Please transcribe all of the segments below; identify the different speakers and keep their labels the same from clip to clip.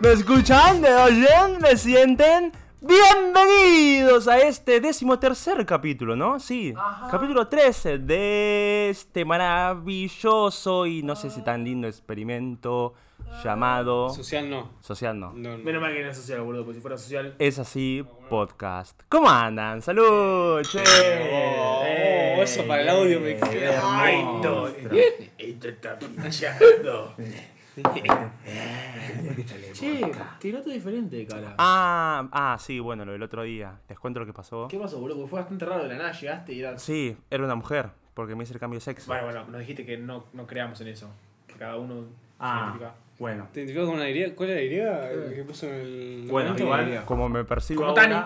Speaker 1: me escuchan, me oyen, me sienten. Bienvenidos a este decimotercer capítulo, ¿no? Sí, capítulo 13 de este maravilloso y no sé si tan lindo experimento llamado...
Speaker 2: Social no.
Speaker 1: Social no.
Speaker 2: No, no.
Speaker 3: Menos mal que no es social, boludo, porque si fuera social.
Speaker 1: Es así, podcast. ¿Cómo andan? ¡Salud! che. Eh.
Speaker 2: Oh, eso para el audio me queda.
Speaker 3: ¡Ay, no! Esto está pinchando. che, te noto diferente, cara.
Speaker 1: Ah, ah, sí, bueno, lo del otro día. Les cuento lo que pasó.
Speaker 3: ¿Qué pasó, boludo? Porque fue bastante raro de la nada, llegaste y eras.
Speaker 1: Sí, era una mujer, porque me hice el cambio de sexo.
Speaker 3: Bueno, bueno, nos dijiste que no, no creamos en eso. Que cada uno
Speaker 1: Ah,
Speaker 3: significa.
Speaker 1: bueno.
Speaker 2: ¿Te identificas con una herida? ¿Cuál era la herida que puso en el.?
Speaker 1: Bueno,
Speaker 2: documento?
Speaker 1: igual,
Speaker 3: diría.
Speaker 1: como me percibo
Speaker 3: Como
Speaker 1: ahora,
Speaker 3: Tani.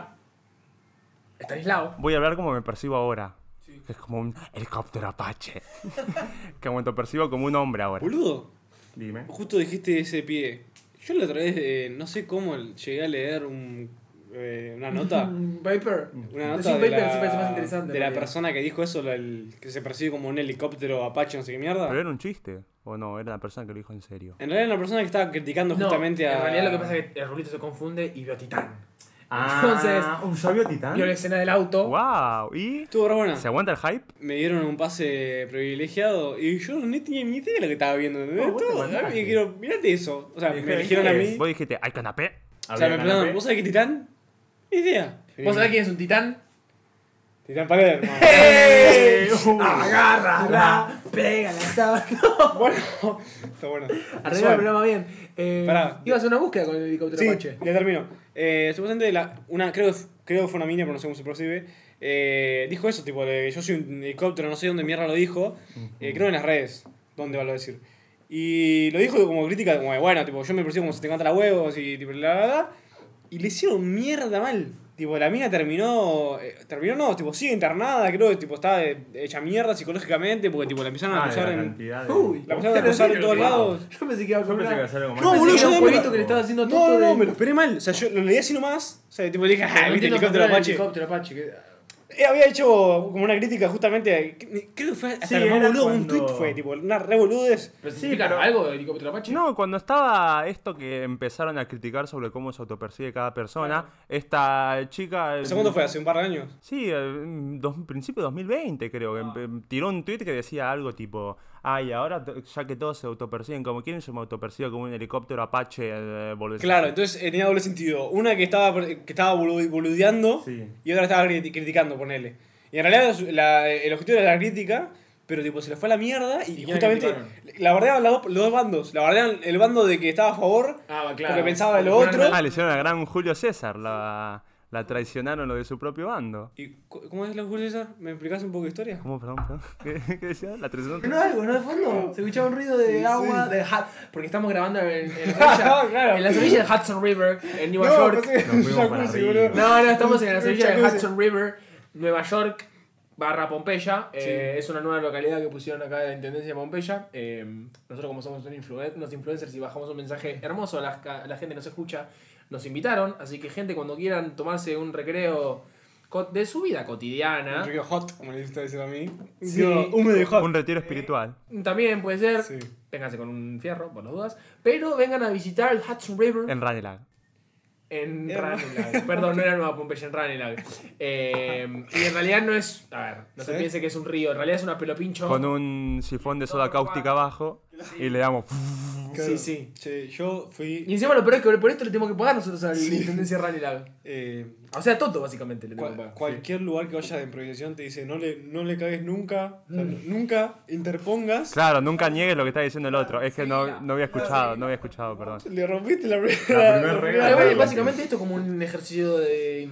Speaker 3: Estanislao.
Speaker 1: voy a hablar como me percibo ahora. Que es como un helicóptero apache. que como te percibo como un hombre ahora.
Speaker 2: Boludo,
Speaker 1: Dime.
Speaker 2: justo dijiste ese pie. Yo la otra vez, eh, no sé cómo, llegué a leer un, eh, una nota.
Speaker 3: Viper.
Speaker 2: Una
Speaker 3: Decir
Speaker 2: nota de
Speaker 3: Viper sí parece más
Speaker 2: la,
Speaker 3: interesante.
Speaker 2: de la
Speaker 3: boludo.
Speaker 2: persona que dijo eso, la- el- que se percibe como un helicóptero Apache, no sé qué mierda.
Speaker 1: Pero era un chiste. O no, era la persona que lo dijo en serio.
Speaker 2: En realidad, es la persona que estaba criticando
Speaker 3: No,
Speaker 2: justamente a.
Speaker 3: En realidad lo que pasa es que el rulito se confunde y vio a Titán.
Speaker 1: Ah,
Speaker 3: Entonces-
Speaker 1: un sabio titán.
Speaker 3: Vio la escena del auto.
Speaker 1: Wow. ¿Y?
Speaker 2: Estuvo re buena.
Speaker 1: ¿Se aguanta el hype?
Speaker 2: me dieron un pase privilegiado y yo no tenía ni idea de lo que estaba viendo. ¿entendés?
Speaker 1: Oh, vos te
Speaker 2: Todo,
Speaker 1: mandaste.
Speaker 2: y quiero, mirate eso. O sea,
Speaker 1: Dije,
Speaker 2: me eligieron a
Speaker 1: ¿qué
Speaker 2: mí.
Speaker 1: es? Vos dijiste, ¿hay canapé?
Speaker 2: O sea, me
Speaker 1: Había
Speaker 2: preguntaron,
Speaker 1: canapé.
Speaker 2: ¿vos sabés qué titán? Ni idea.
Speaker 3: ¿Vos sabés quién es un Titán?
Speaker 2: Titán Paler,
Speaker 3: ¡Ey!
Speaker 1: Uy.
Speaker 3: Agárrala, pégala, estaba- no.
Speaker 2: Bueno, está bueno.
Speaker 3: Arregla el
Speaker 2: Suave.
Speaker 3: programa bien. Eh,
Speaker 2: Pará.
Speaker 3: Iba a hacer una búsqueda con el helicóptero
Speaker 2: Sí,
Speaker 3: Apache.
Speaker 2: ya termino. Eh, supuestamente, la, una, creo, creo que fue una mina, pero no sé cómo se percibe. eh, dijo eso, tipo, de, yo soy un helicóptero, no sé dónde mierda lo dijo. eh, creo en las redes, dónde va a decir. Y lo dijo como crítica, como de, bueno, tipo, yo me percibo como si te encanta la huevos y tipo, la verdad. Y le hicieron mierda mal. Tipo, la mina terminó. eh, terminó, no, tipo, sigue internada, creo que tipo, está eh, hecha mierda psicológicamente, porque tipo, la empezaron
Speaker 1: Ah,
Speaker 2: a
Speaker 1: de
Speaker 2: acusar
Speaker 1: la
Speaker 2: en.
Speaker 1: cantidad de-
Speaker 3: Uy.
Speaker 2: La empezaron a acusar en todos
Speaker 3: Wow.
Speaker 2: lados.
Speaker 3: Yo pensé que iba a
Speaker 1: Yo pensé que iba a ser
Speaker 3: comprar.
Speaker 1: algo más.
Speaker 2: No,
Speaker 3: Yo
Speaker 2: boludo,
Speaker 3: pensé que
Speaker 2: yo
Speaker 3: era un
Speaker 2: me-
Speaker 3: jueguito que le estaba haciendo
Speaker 2: No,
Speaker 3: todo.
Speaker 2: no, no, me lo esperé mal. O sea, yo lo leí así nomás. O sea, tipo, dije, ah, viste helicóptero Apache.
Speaker 3: helicóptero Apache. que-
Speaker 2: Eh, había hecho como una crítica justamente. Creo que fue hasta
Speaker 1: Sí,
Speaker 2: lo más
Speaker 1: era
Speaker 2: boludo, un
Speaker 1: cuando-
Speaker 2: tweet fue, tipo, una re boludez.
Speaker 3: ¿Pero significa algo de helicóptero Apache?
Speaker 1: No, cuando estaba esto que empezaron a criticar sobre cómo se autopercibe cada persona, esta chica...
Speaker 2: ¿Eso cuándo fue? ¿Hace un par de años?
Speaker 1: Sí, eh, en dos- principio de 2020 creo. que em- Tiró un tweet que decía algo tipo, ay, ahora t- ya que todos se autoperciben como quieren, yo me autopercibo como un helicóptero Apache. eh, boludo".
Speaker 2: Claro, entonces eh, tenía doble sentido. Una que estaba, que estaba bolu- boludeando
Speaker 1: Sí.
Speaker 2: y otra que estaba cri- criticando, ponele. Y en realidad su- la- el objetivo era la crítica, pero tipo se le fue a la mierda y,
Speaker 3: quién la
Speaker 2: justamente
Speaker 3: criticaron?
Speaker 2: la bardeaban las dos- los dos bandos. La bardeaban el bando de que estaba a favor
Speaker 3: Ah, claro.
Speaker 2: porque pensaba de lo
Speaker 3: Porque fueron
Speaker 2: otro.
Speaker 1: Ah, le hicieron a gran Julio César, la, la traicionaron lo de su propio bando.
Speaker 2: ¿Y cu- cómo es la Julio César? ¿Me explicás un poco de historia?
Speaker 1: ¿Cómo, perdón, perdón? ¿Qué, qué decía? La traicionaron.
Speaker 3: No, algo, ¿no? De fondo. Se escuchaba un ruido de agua, de hat. Porque estamos grabando en, en, las orillas-
Speaker 2: Claro.
Speaker 3: en las orillas del Hudson River, en Nueva York.
Speaker 1: Nos fuimos para arriba.
Speaker 3: No, no, estamos en la orilla del
Speaker 2: Jacuzzi.
Speaker 3: Hudson River, Nueva York, barra Pompeya. Eh, es una nueva localidad que pusieron acá de la Intendencia de Pompeya. Eh, nosotros como somos un influen- unos influencers y bajamos un mensaje hermoso, la, ca- la gente nos escucha, nos invitaron. Así que gente, cuando quieran tomarse un recreo co- de su vida cotidiana,
Speaker 2: Enrique Hot, como le gusta decir a mí.
Speaker 3: Sí.
Speaker 2: Yo, húmedo y hot.
Speaker 1: Un retiro espiritual.
Speaker 3: también puede ser,
Speaker 2: Sí.
Speaker 3: ténganse con un fierro, por las dudas, pero vengan a visitar el Hudson River.
Speaker 1: En Ranelag.
Speaker 3: En
Speaker 2: Era-
Speaker 3: Ranelag. Perdón, no era Nueva Pompeya, en Ranelag. Eh, y en realidad no es. A ver, no se
Speaker 2: ¿Sí?
Speaker 3: piense que es un río, en realidad es una pelopincho.
Speaker 1: Con un sifón de soda cáustica abajo y le damos...
Speaker 3: Sí, sí.
Speaker 2: Che, yo
Speaker 3: Y
Speaker 2: fui.
Speaker 3: encima lo peor es que por esto le tenemos que pagar nosotros a la Intendencia de Ranelag.
Speaker 2: eh,
Speaker 3: O sea, Toto, básicamente,
Speaker 2: cua-
Speaker 3: le tenemos que pagar.
Speaker 2: cualquier lugar que vayas de improvisación te dice no le, no le cagues nunca, o sea, nunca interpongas.
Speaker 1: Claro, nunca niegues lo que está diciendo el otro. Es que no, no había escuchado, no había escuchado, perdón.
Speaker 2: Le rompiste la
Speaker 1: La
Speaker 2: primera.
Speaker 1: primera
Speaker 2: la
Speaker 1: regla.
Speaker 3: Pero
Speaker 2: primera
Speaker 3: igual,
Speaker 2: regla.
Speaker 3: básicamente esto es como un ejercicio de,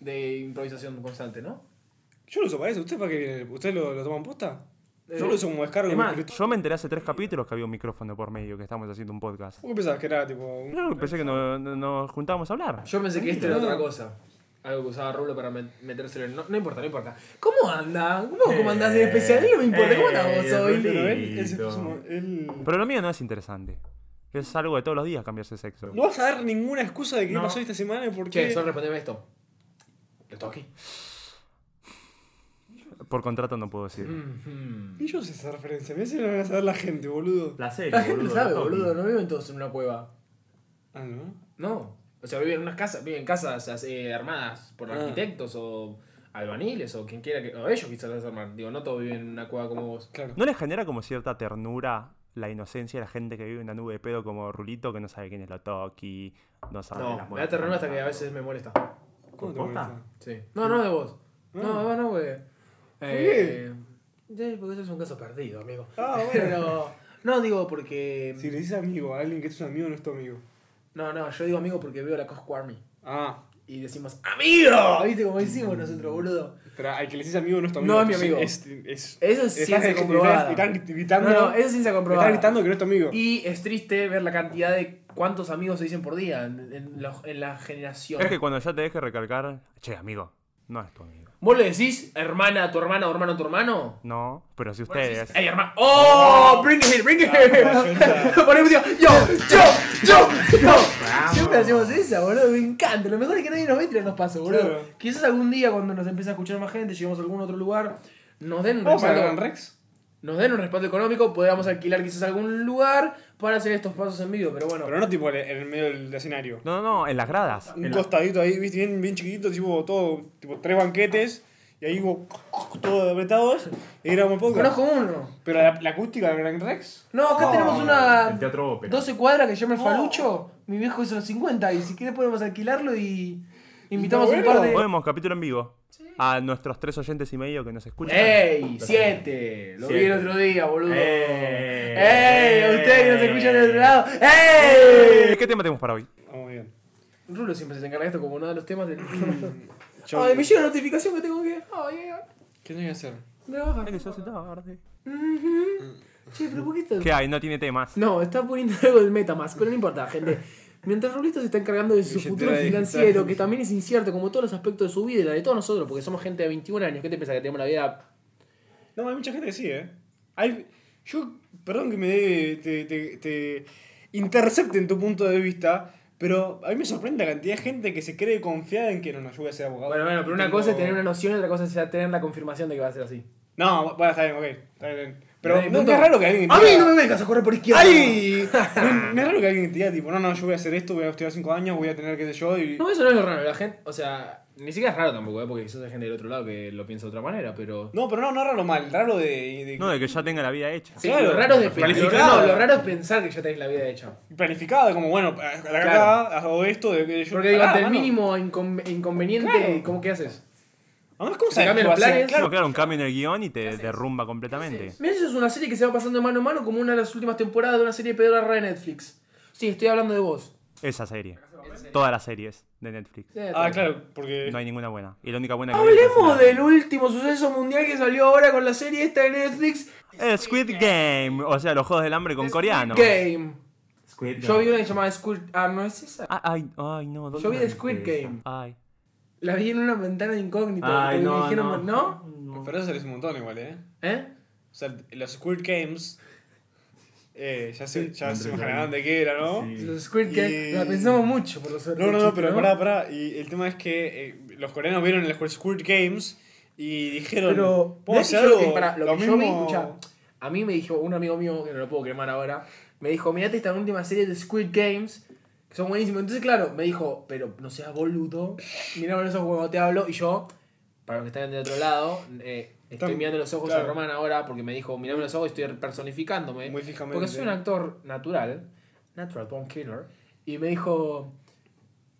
Speaker 3: de improvisación constante, ¿no?
Speaker 2: Yo lo uso para eso. ¿Usted para qué viene? ¿Usted lo, lo toman posta?
Speaker 3: Eh,
Speaker 2: Yo lo uso como descargo.
Speaker 3: es
Speaker 2: de
Speaker 3: más,
Speaker 2: mi Bluetooth.
Speaker 1: Yo me enteré hace tres capítulos que había un micrófono por medio, que estamos haciendo un podcast.
Speaker 2: ¿Vos qué pensabas que era tipo un-
Speaker 1: Claro, pensé que no- no- nos juntábamos a hablar.
Speaker 3: Yo pensé que esto era
Speaker 2: Ah.
Speaker 3: otra cosa. Algo que usaba Rulo para met- metérselo en. No, no importa, no importa. ¿Cómo anda? ¿Cómo, cómo andás en especial? A mí no me importa. ¿Cómo andás vos
Speaker 1: Eh,
Speaker 3: hoy?
Speaker 1: Rulito.
Speaker 2: Eh, Pero él, él se puso como- él-
Speaker 1: Pero lo mío no es interesante. Es algo de todos los días cambiarse de sexo.
Speaker 2: No vas a dar ninguna excusa de qué
Speaker 1: No.
Speaker 2: pasó esta semana y por qué.
Speaker 3: Che, solo respondeme esto. El toque.
Speaker 1: Por contrato no puedo
Speaker 3: Mm,
Speaker 1: decir.
Speaker 2: Y yo sé esa referencia. Me si lo van a saber la gente, boludo.
Speaker 1: La serie,
Speaker 3: La gente sabe, boludo. No viven todos en una cueva.
Speaker 2: Ah, ¿no?
Speaker 3: No. O sea, viven en unas casas, viven en casas eh, armadas por
Speaker 2: Ah.
Speaker 3: arquitectos o albaniles o quien quiera que. O ellos quizás las arman. Digo, no todos viven en una cueva como vos.
Speaker 2: Claro.
Speaker 1: ¿No les genera como cierta ternura la inocencia de la gente que vive en una nube de pedo como Rulito, que no sabe quién es la Toki, no sabe las
Speaker 3: No, me da
Speaker 1: muertes
Speaker 3: ternura hasta
Speaker 1: que
Speaker 3: que a veces me molesta.
Speaker 2: ¿Cómo te
Speaker 1: ¿Posta?
Speaker 2: molesta?
Speaker 3: Sí. No, no de vos. Mm. No, de vos no, güey. Eh, sí, porque eso es un caso perdido, amigo.
Speaker 2: Ah,
Speaker 3: Pero. No digo porque.
Speaker 2: Si le dices amigo a alguien que es un amigo, no es tu amigo.
Speaker 3: No, no, yo digo amigo porque veo la Cosco Army.
Speaker 2: Ah,
Speaker 3: Y decimos, ¡Amigo! ¿Viste cómo hicimos nosotros, boludo?
Speaker 2: pero al que le dices amigo no es tu amigo.
Speaker 3: No es mi amigo.
Speaker 2: Es, es-
Speaker 3: Eso es
Speaker 2: estás-
Speaker 3: ciencia
Speaker 2: estás-
Speaker 3: comprobada.
Speaker 2: estás gritando.
Speaker 3: No, no, eso es ciencia comprobada.
Speaker 2: Estás gritando que no es tu amigo.
Speaker 3: Y es triste ver la cantidad de cuántos amigos se dicen por día en, en la, en la generación.
Speaker 1: Es que cuando ya te deje recalcar, che, amigo, no es tu amigo.
Speaker 3: ¿Vos le decís hermana a tu hermana o hermano a tu hermano?
Speaker 1: No, pero si ustedes.
Speaker 3: ¡Ey, hermano! ¡Oh! Ah, ¡Bring it, bring it! Ponemos yo, yo, yo, yo. Siempre hacemos esa, boludo. Me encanta. Lo mejor es que nadie nos ve y tirar los pasos, boludo.
Speaker 2: Claro.
Speaker 3: Quizás algún día cuando nos empiece a escuchar más gente, lleguemos a algún otro lugar, nos den un
Speaker 2: ¿Vamos para
Speaker 3: respaldo-
Speaker 2: Gran Rex?
Speaker 3: nos den un respaldo económico, podamos alquilar quizás algún lugar para hacer estos pasos en vivo, pero bueno.
Speaker 2: Pero no tipo en el medio del escenario.
Speaker 1: No, no, no, en las gradas.
Speaker 2: Un
Speaker 1: En la-
Speaker 2: costadito ahí, ¿viste? Bien, bien chiquitito, tipo todo, tipo tres banquetes. Y ahí como todos apretados. Y grabamos un
Speaker 3: Conozco
Speaker 2: poco.
Speaker 3: uno.
Speaker 2: Pero la, la acústica del Gran Rex.
Speaker 3: No, acá tenemos una
Speaker 1: El teatro ópera.
Speaker 3: 12 cuadras que se llama El Falucho. Mi viejo hizo los 50 y si quieres podemos alquilarlo y invitamos
Speaker 2: Bueno.
Speaker 3: un par de...
Speaker 1: Podemos capítulo en vivo. A nuestros tres oyentes y medio que nos escuchan.
Speaker 3: ¡Ey! ¡Siete! Lo vi el
Speaker 1: Siete.
Speaker 3: otro día, boludo. ¡Ey!
Speaker 1: ¡Ey!
Speaker 3: A ustedes que nos escuchan del otro lado. ¡Ey!
Speaker 1: ¡Eh! ¿Qué tema tenemos para hoy?
Speaker 2: Vamos bien.
Speaker 3: Rulo siempre se encarga de esto como uno de los temas del...
Speaker 1: Mm.
Speaker 2: Yo-
Speaker 3: Ay, me llega la notificación que tengo que... Ay, ay, ay.
Speaker 2: ¿Qué tengo que hacer?
Speaker 1: Ay, que se hace tarde.
Speaker 3: Ujú. Che, pero ¿por qué esto-
Speaker 1: ¿Qué hay? No tiene temas.
Speaker 3: No, está poniendo algo del Metamask, pero no importa, gente. Mientras Rulito se está encargando de su
Speaker 2: Billetera
Speaker 3: futuro
Speaker 2: digital.
Speaker 3: financiero, que también es incierto, como todos los aspectos de su vida y la de todos nosotros, porque somos gente de 21 años, ¿qué te pensás que tenemos la vida?
Speaker 2: No, hay mucha gente que sí, ¿eh? Hay, yo, perdón que me dé- te, te, te intercepte en tu punto de vista, pero a mí me sorprende la cantidad de gente que se cree confiada en que no, no, yo voy a ser abogado.
Speaker 3: Bueno, bueno, pero una
Speaker 2: Tengo-
Speaker 3: cosa es tener una noción y otra cosa es tener la confirmación de que va a ser así.
Speaker 2: No, bueno, está bien, ok. Está bien. Pero
Speaker 3: Dale,
Speaker 2: no,
Speaker 3: punto.
Speaker 2: no es raro que alguien
Speaker 3: A
Speaker 2: diga-
Speaker 3: mí no me vengas a correr por izquierda.
Speaker 2: ¡Ay! no, no es raro que alguien te diga, tipo, no, no, yo voy a hacer esto, voy a estudiar 5 años, voy a tener qué sé yo y...
Speaker 3: No, eso no es lo raro, la gente, o sea, ni siquiera es raro tampoco, ¿eh? porque quizás hay gente del otro lado que lo piensa de otra manera, pero...
Speaker 2: No, pero no, no es raro mal, raro de... de-
Speaker 1: No, de que ya tenga la vida hecha.
Speaker 3: Sí,
Speaker 2: Claro,
Speaker 3: lo, raro es de- lo,
Speaker 2: planificado.
Speaker 3: raro, lo raro es pensar que ya tenés la vida hecha.
Speaker 2: Planificado, como, bueno, a la
Speaker 3: Claro.
Speaker 2: cagada, hago esto, de que yo...
Speaker 3: Porque digo,
Speaker 2: Pará,
Speaker 3: ante el
Speaker 2: Ah, mano.
Speaker 3: mínimo incon- inconveniente,
Speaker 2: Claro.
Speaker 3: ¿cómo qué haces?
Speaker 2: Además, ¿cómo
Speaker 3: Se
Speaker 2: sabes
Speaker 3: cambian
Speaker 2: que va a
Speaker 3: los
Speaker 2: ser?
Speaker 3: planes.
Speaker 2: Claro,
Speaker 1: No, claro, un cambio en el guión y te derrumba completamente.
Speaker 3: Mira, eso es una serie que se va pasando de mano a mano como una de las últimas temporadas de una serie de Pedro Arra de Netflix. Sí, estoy hablando de vos.
Speaker 1: Esa serie. Todas las series de Netflix.
Speaker 3: Eh,
Speaker 2: Ah, claro, porque...
Speaker 1: No hay ninguna buena. Y la única buena que vi fue
Speaker 3: Hablemos
Speaker 1: esa.
Speaker 3: del último suceso mundial que salió ahora con la serie esta de Netflix,
Speaker 1: Eh, Squid Game. O sea, los juegos del hambre con coreano.
Speaker 3: Game.
Speaker 1: Squid
Speaker 3: Yo vi una que se llamaba Squid... Ah, ¿no es esa?
Speaker 1: Ah, Ay, ay, no. ¿dónde
Speaker 3: Yo vi
Speaker 1: me
Speaker 3: The Squid
Speaker 1: metí eso?
Speaker 3: Game.
Speaker 1: Ay.
Speaker 3: La vi en una ventana de incógnito.
Speaker 1: Ay,
Speaker 3: porque me
Speaker 1: no,
Speaker 3: dijeron,
Speaker 1: no.
Speaker 3: ¿no?
Speaker 2: Pero eso es un montón igual, ¿eh?
Speaker 3: ¿Eh?
Speaker 2: O sea, los Squid Games... Eh, ya se, ya se imaginaban de qué era, ¿no?
Speaker 3: Los Squid Game.
Speaker 2: Y-
Speaker 3: La pensamos mucho, por lo suerte.
Speaker 2: No, no, no,
Speaker 3: chiste,
Speaker 2: pero pará, pará. Y el tema es que eh, los coreanos vieron el Squid Games y dijeron...
Speaker 3: Pero
Speaker 2: "Vamos a
Speaker 3: mirá
Speaker 2: hacer
Speaker 3: que yo-
Speaker 2: algo,
Speaker 3: que pará, lo,
Speaker 2: lo
Speaker 3: que yo vi,
Speaker 2: mismo".
Speaker 3: escuchá, a mí me dijo un amigo mío, que no lo puedo cremar ahora, me dijo, mirate esta última serie de Squid Games, que son buenísimos. Entonces, claro, me dijo, pero no seas boludo, mirá con esos ojos cuando te hablo. Y yo, para los que están del otro lado, eh, estoy
Speaker 2: Están-
Speaker 3: mirando los ojos a
Speaker 2: claro.
Speaker 3: Román ahora porque me dijo, mirame los ojos y estoy personificándome.
Speaker 2: Muy fijamente.
Speaker 3: Porque soy un actor natural, natural born killer, y me dijo...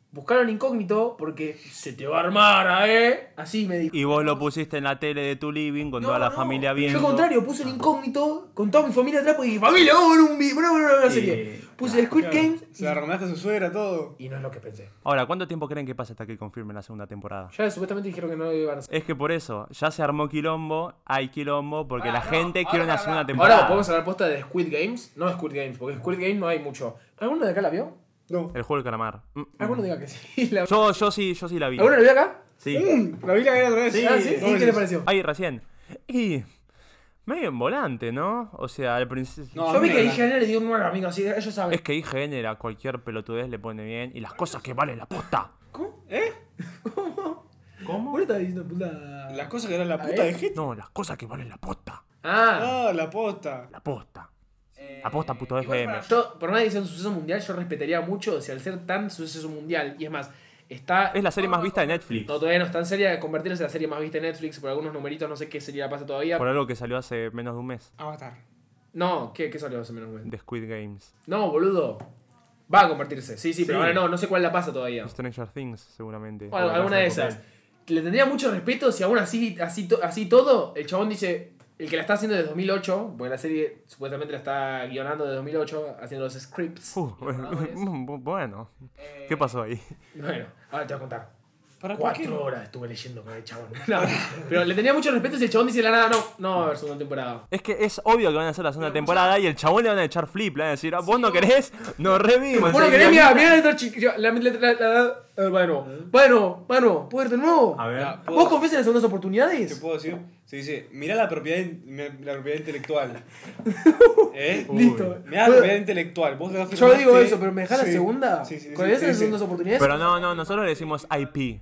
Speaker 3: Buscaron incógnito porque se te va a armar, ¿eh? Así me dijo.
Speaker 1: Y vos lo pusiste en la tele de tu living con
Speaker 3: No,
Speaker 1: toda la
Speaker 3: no.
Speaker 1: familia viendo. Ah,
Speaker 3: Yo al contrario, puse el incógnito con toda mi familia atrás porque dije, familia, vamos a ver un video, vamos a ver una
Speaker 1: Sí.
Speaker 3: serie. Puse Squid
Speaker 2: Claro,
Speaker 3: Games
Speaker 2: Se la arruinaste a su suegra, todo.
Speaker 3: y no es lo que pensé.
Speaker 1: Ahora, ¿cuánto tiempo creen que pasa hasta que confirmen la segunda temporada?
Speaker 3: Ya supuestamente dijeron que no lo iban a hacer.
Speaker 1: Es que por eso, ya se armó quilombo, hay quilombo, porque la gente quiere una segunda temporada.
Speaker 3: Ahora, ¿podemos hablar posta de Squid Games? No Squid Games, porque Squid Games no hay mucho. ¿Alguno de acá la vio?
Speaker 2: No.
Speaker 1: El juego del calamar. Mm.
Speaker 3: ¿Alguno diga que sí? la-
Speaker 1: Yo, yo sí, yo sí la vi.
Speaker 3: ¿Alguno la vio acá?
Speaker 1: Sí.
Speaker 2: Mm, La vi la era otra vez.
Speaker 3: Ah, ¿sí? ¿Y
Speaker 2: Entonces-
Speaker 3: qué le pareció?
Speaker 1: Ahí recién. Y. Medio en volante, ¿no? O sea, al principio.
Speaker 2: No,
Speaker 3: Yo vi
Speaker 2: no,
Speaker 3: que
Speaker 2: no.
Speaker 3: IGN le dio un 9, amigo, así que ellos saben.
Speaker 1: Ah, Es que IGN era cualquier pelotudez le pone bien. Y las cosas que valen la posta.
Speaker 2: ¿Cómo? ¿Eh?
Speaker 3: ¿Cómo le estás diciendo puta?
Speaker 2: Las cosas que eran la
Speaker 3: A
Speaker 2: puta
Speaker 3: ver.
Speaker 2: de gente.
Speaker 1: No, las cosas que valen la posta.
Speaker 3: Ah,
Speaker 2: Ah, la posta.
Speaker 1: La posta. Aposta, puto
Speaker 4: igual
Speaker 1: FM.
Speaker 4: para-
Speaker 3: Yo, por más que sea un suceso mundial, yo respetaría mucho si al ser tan suceso mundial, y es más, está.
Speaker 1: Es la serie más vista de Netflix.
Speaker 3: No, todavía no es tan seria, convertirse en la serie más vista de Netflix por algunos numeritos, no sé qué sería la pasa todavía.
Speaker 1: Por algo que salió hace menos de un mes.
Speaker 2: Avatar.
Speaker 3: No, ¿qué, qué salió hace menos de un mes?
Speaker 1: De Squid Games.
Speaker 3: No, boludo. Va a convertirse, sí, sí, pero
Speaker 2: Sí.
Speaker 3: ahora no, no sé cuál la pasa todavía.
Speaker 1: Stranger Things, seguramente.
Speaker 3: O al- alguna de esas. Le tendría mucho respeto si aún así, así, to- así todo, el chabón dice, el que la está haciendo desde 2008, porque la serie supuestamente la está guionando desde 2008, haciendo los scripts.
Speaker 1: Uh, bueno, ¿qué pasó ahí?
Speaker 3: Bueno, ahora te voy a contar.
Speaker 2: ¿Para por qué?
Speaker 3: Cuatro horas estuve leyendo con el chabón. No, pero le tenía mucho respeto si el chabón dice de la nada, no, no va a haber segunda temporada.
Speaker 1: Es que es obvio que van a hacer la segunda
Speaker 3: Pero,
Speaker 1: temporada y el chabón le van a echar flip, le van a decir, ah, vos no querés, no revimos.
Speaker 3: Bueno,
Speaker 1: Sí,
Speaker 3: querés,
Speaker 1: y-
Speaker 3: mira, mira la letra chiquita. La, la, la, la- eh, bueno, bueno, bueno, ¿puedo ir de nuevo?
Speaker 1: A ver.
Speaker 2: La- ¿puedo-
Speaker 3: ¿Vos confías en las segundas oportunidades?
Speaker 2: ¿Te puedo decir? Se dice, mirá la propiedad, in- me- la propiedad intelectual. ¿Eh?
Speaker 1: Uy.
Speaker 3: Listo.
Speaker 2: Mirá la
Speaker 3: Puedo-
Speaker 2: propiedad intelectual. ¿Vos la
Speaker 3: Yo digo
Speaker 2: firmaste.
Speaker 3: eso, pero me dejás
Speaker 2: Sí.
Speaker 3: la segunda.
Speaker 2: Sí, sí, sí,
Speaker 3: ¿Confías en
Speaker 2: sí,
Speaker 3: las
Speaker 2: sí.
Speaker 3: segundas oportunidades?
Speaker 1: Pero no, no, nosotros le decimos IP.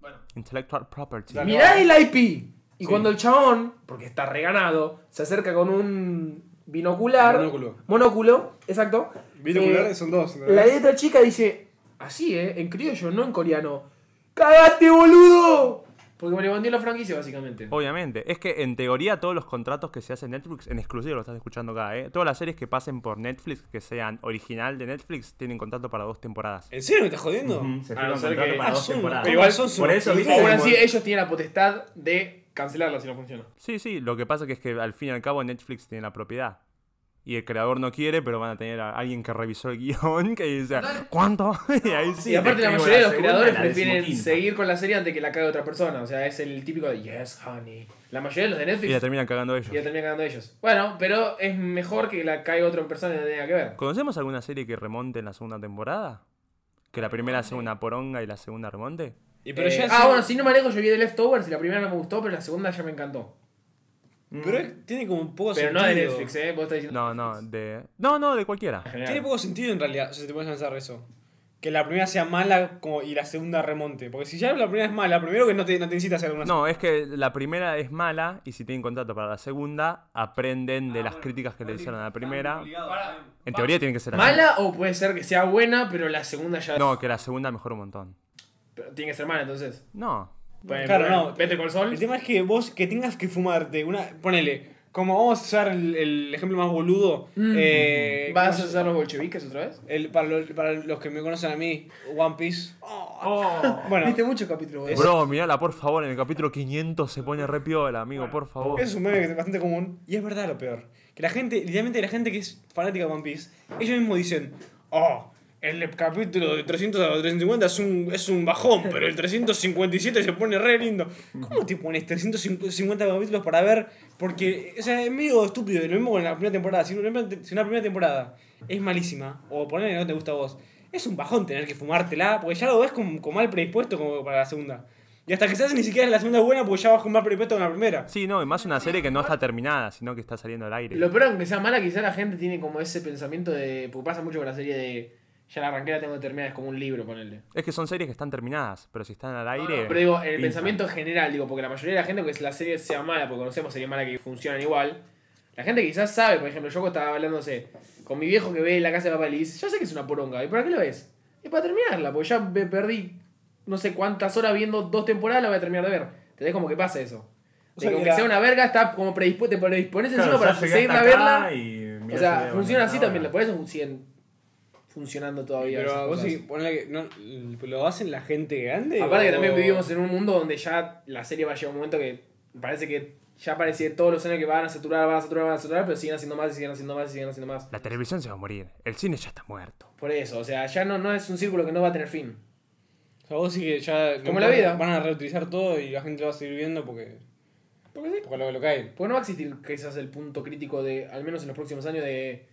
Speaker 3: Bueno.
Speaker 1: Intellectual Property.
Speaker 2: Dale.
Speaker 3: Mirá el IP. Y cuando el chabón, porque está reganado, se acerca con un binocular.
Speaker 2: Monóculo.
Speaker 3: Monóculo, exacto.
Speaker 2: Binoculares
Speaker 3: Eh,
Speaker 2: son dos. ¿no?
Speaker 3: La letra chica dice, así, ¿eh? En criollo, no en coreano. ¡Cagate, boludo! Porque me levantó la franquicia, básicamente.
Speaker 1: Obviamente, es que en teoría todos los contratos que se hacen en Netflix, en exclusivo lo estás escuchando acá, ¿eh? todas las series que pasen por Netflix, que sean original de Netflix, tienen contrato para dos temporadas.
Speaker 2: ¿En serio me estás jodiendo?
Speaker 1: Ujú, se
Speaker 3: A no
Speaker 1: firman
Speaker 3: ser
Speaker 1: contrato
Speaker 3: que-
Speaker 1: para
Speaker 2: Ah,
Speaker 1: dos
Speaker 2: son-
Speaker 1: temporadas.
Speaker 2: pero igual son
Speaker 1: Por eso,
Speaker 2: sus-
Speaker 1: ¿viste?
Speaker 3: Aún así, ellos tienen la potestad de cancelarla si no funciona.
Speaker 1: Sí, sí, lo que pasa que es que al fin y al cabo Netflix tiene la propiedad. Y el creador no quiere, pero van a tener a alguien que revisó el guión que dice, ¿cuánto? Y ahí sí.
Speaker 3: y
Speaker 1: te
Speaker 3: aparte la
Speaker 1: escribo
Speaker 3: mayoría de los
Speaker 1: segunda,
Speaker 3: creadores
Speaker 1: la
Speaker 3: prefieren
Speaker 1: decimoquinta.
Speaker 3: seguir con la serie antes que la cague otra persona. O sea, es el típico de Yes, honey. La mayoría de los de
Speaker 1: Y la
Speaker 3: Netflix
Speaker 1: terminan cagando ellos.
Speaker 3: y la terminan cagando ellos. Bueno, pero es mejor que la caiga otra persona y no tenga que ver.
Speaker 1: ¿Conocemos alguna serie que remonte en la segunda temporada? Que la primera sea una poronga y la segunda remonte.
Speaker 2: Y pero
Speaker 3: Eh,
Speaker 2: ya
Speaker 3: ah,
Speaker 2: sí-
Speaker 3: bueno, si no me manejo, yo vi The Leftovers y la primera no me gustó, pero la segunda ya me encantó.
Speaker 2: Pero es- tiene como un poco
Speaker 3: Pero
Speaker 2: sentido.
Speaker 3: no de Netflix, ¿eh? Vos estás diciendo.
Speaker 1: Mm. No, no, de. No, no, de cualquiera.
Speaker 3: General.
Speaker 2: Tiene poco sentido en realidad, si te pones a pensar eso. Que la primera sea mala como, y la segunda remonte. Porque si ya la primera es mala, primero que no te, no te incita a hacer una
Speaker 1: No, es que la primera es mala y si tienen contrato para la segunda, aprenden
Speaker 3: Ah,
Speaker 1: de las críticas que le hicieron a la primera. En teoría tiene que ser así.
Speaker 3: ¿Mala o puede ser que sea buena, pero la segunda ya.
Speaker 1: No, que la segunda mejor un montón.
Speaker 3: Pero tiene que ser mala entonces.
Speaker 1: No.
Speaker 3: Bueno,
Speaker 2: Claro,
Speaker 3: bueno,
Speaker 2: no.
Speaker 3: Vete con el
Speaker 2: El
Speaker 3: sol.
Speaker 2: tema es que vos que tengas que fumarte una. Ponele, como vamos a usar el, el ejemplo más boludo.
Speaker 3: Mm.
Speaker 2: eh,
Speaker 3: ¿Vas a hacer los bolcheviques otra vez?
Speaker 2: el- para, los, para los que me conocen a mí, One Piece.
Speaker 3: Oh.
Speaker 2: Bueno,
Speaker 3: Viste muchos capítulos, boludo.
Speaker 1: Bro, mirala, por favor, en el capítulo 500 se pone re piola, amigo, por favor.
Speaker 2: es un meme que es bastante común. Y es verdad lo peor. Que la gente, literalmente la gente que es fanática de One Piece, ellos mismos dicen: Oh, el capítulo de 300 a 350 es un, es un bajón, pero el 357 se pone re lindo. ¿Cómo te pones 350 capítulos para ver? Porque, o sea, es medio estúpido. Lo mismo con la primera temporada. Si una primera, si una primera temporada es malísima, o poner que no te gusta a vos, es un bajón tener que fumártela, porque ya lo ves con, con mal predispuesto como para la segunda. Y hasta que se hace ni siquiera la segunda es buena, porque ya vas con mal predispuesto con la primera.
Speaker 1: Sí, no, y más una serie que no está terminada, sino que está saliendo al aire.
Speaker 3: Lo peor aunque sea mala, quizá la gente tiene como ese pensamiento de. Porque pasa mucho con la serie de. Ya la arranqué, la tengo que terminar, es como un libro, ponele.
Speaker 1: Es que son series que están terminadas, pero si están al aire.
Speaker 3: Pero digo, el
Speaker 1: pintan.
Speaker 3: pensamiento general, digo, porque la mayoría de la gente, aunque la serie sea mala, porque conocemos series malas que funcionan igual, la gente quizás sabe, por ejemplo, yo estaba hablando, no sé, con mi viejo que ve La Casa de Papel y dice, ya sé que es una poronga, ¿y para qué la ves? Y para terminarla, porque ya me perdí no sé cuántas horas viendo dos temporadas, la voy a terminar de ver. ¿Entendés como que pasa eso?
Speaker 2: O
Speaker 3: De
Speaker 2: sea,
Speaker 3: que aunque
Speaker 2: mira-
Speaker 3: sea una verga, está como predispu- te predispones
Speaker 1: Claro,
Speaker 3: encima
Speaker 1: ya
Speaker 3: para
Speaker 1: llegué
Speaker 3: seguir a
Speaker 1: hasta acá
Speaker 3: verla.
Speaker 1: y
Speaker 3: O
Speaker 1: mirá,
Speaker 3: sea,
Speaker 1: ya
Speaker 3: funciona
Speaker 1: van
Speaker 3: así
Speaker 1: ahora.
Speaker 3: también, por eso siguen funcionando todavía. esas
Speaker 2: Pero vos
Speaker 3: cosas.
Speaker 2: sí, ponele que no, lo hacen la gente grande.
Speaker 3: Aparte que
Speaker 2: o-
Speaker 3: también vivimos en un mundo donde ya la serie va a llegar a un momento que parece que ya parece que todos los años que van a saturar, van a saturar, van a saturar, pero siguen haciendo más y siguen haciendo más y siguen haciendo más.
Speaker 1: La televisión se va a morir, el cine ya está muerto.
Speaker 3: Por eso, o sea, ya no, no es un círculo que no va a tener fin.
Speaker 2: O sea, vos sí que ya.
Speaker 3: Como
Speaker 2: van-
Speaker 3: la vida.
Speaker 2: Van a reutilizar todo y la gente lo va a seguir viendo porque.
Speaker 3: Porque sí.
Speaker 2: Porque lo, lo cae.
Speaker 3: Porque Pues no va a existir quizás el punto crítico de, al menos en los próximos años, de.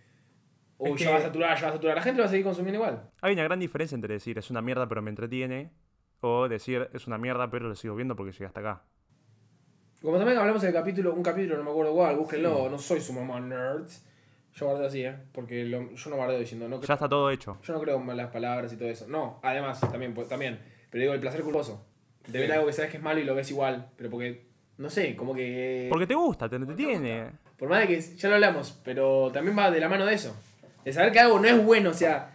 Speaker 3: Uy,
Speaker 2: Es
Speaker 3: ya
Speaker 2: que-
Speaker 3: va a saturar, ya va a saturar. La gente lo va a seguir consumiendo igual.
Speaker 1: Hay una gran diferencia entre decir es una mierda pero me entretiene o decir es una mierda pero lo sigo viendo porque llegué hasta acá.
Speaker 3: Como también hablamos del capítulo, un capítulo, no me acuerdo cuál, búsquenlo, no soy su mamá nerd. Yo guardé así, ¿eh? Porque lo- yo no guardé diciendo, no
Speaker 1: Ya está todo hecho.
Speaker 3: Yo no creo en malas palabras y todo eso. No, además, también, pues, también. Pero digo, el placer culposo. De ver algo que sabes que es malo y lo ves igual, pero porque No sé, como que.
Speaker 1: Porque te gusta, te entretiene.
Speaker 3: Por más de que ya lo hablamos, pero también va de la mano de eso. De saber que algo no es bueno, o sea,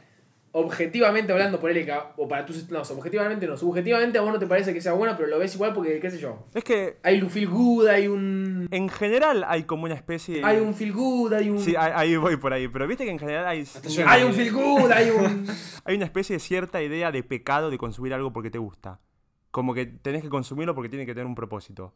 Speaker 3: objetivamente hablando, por él, o para tus. No, objetivamente no. Subjetivamente a vos no te parece que sea bueno, pero lo ves igual porque, qué sé yo.
Speaker 1: Es que
Speaker 3: Hay un feel good, hay un.
Speaker 1: en general hay como una especie de...
Speaker 3: Hay un feel good, hay un.
Speaker 1: Sí, ahí- ahí voy por ahí, pero viste que en general hay,
Speaker 2: yo-
Speaker 3: hay un feel good, hay un.
Speaker 1: hay una especie de cierta idea de pecado de consumir algo porque te gusta. Como que tenés que consumirlo porque tiene que tener un propósito.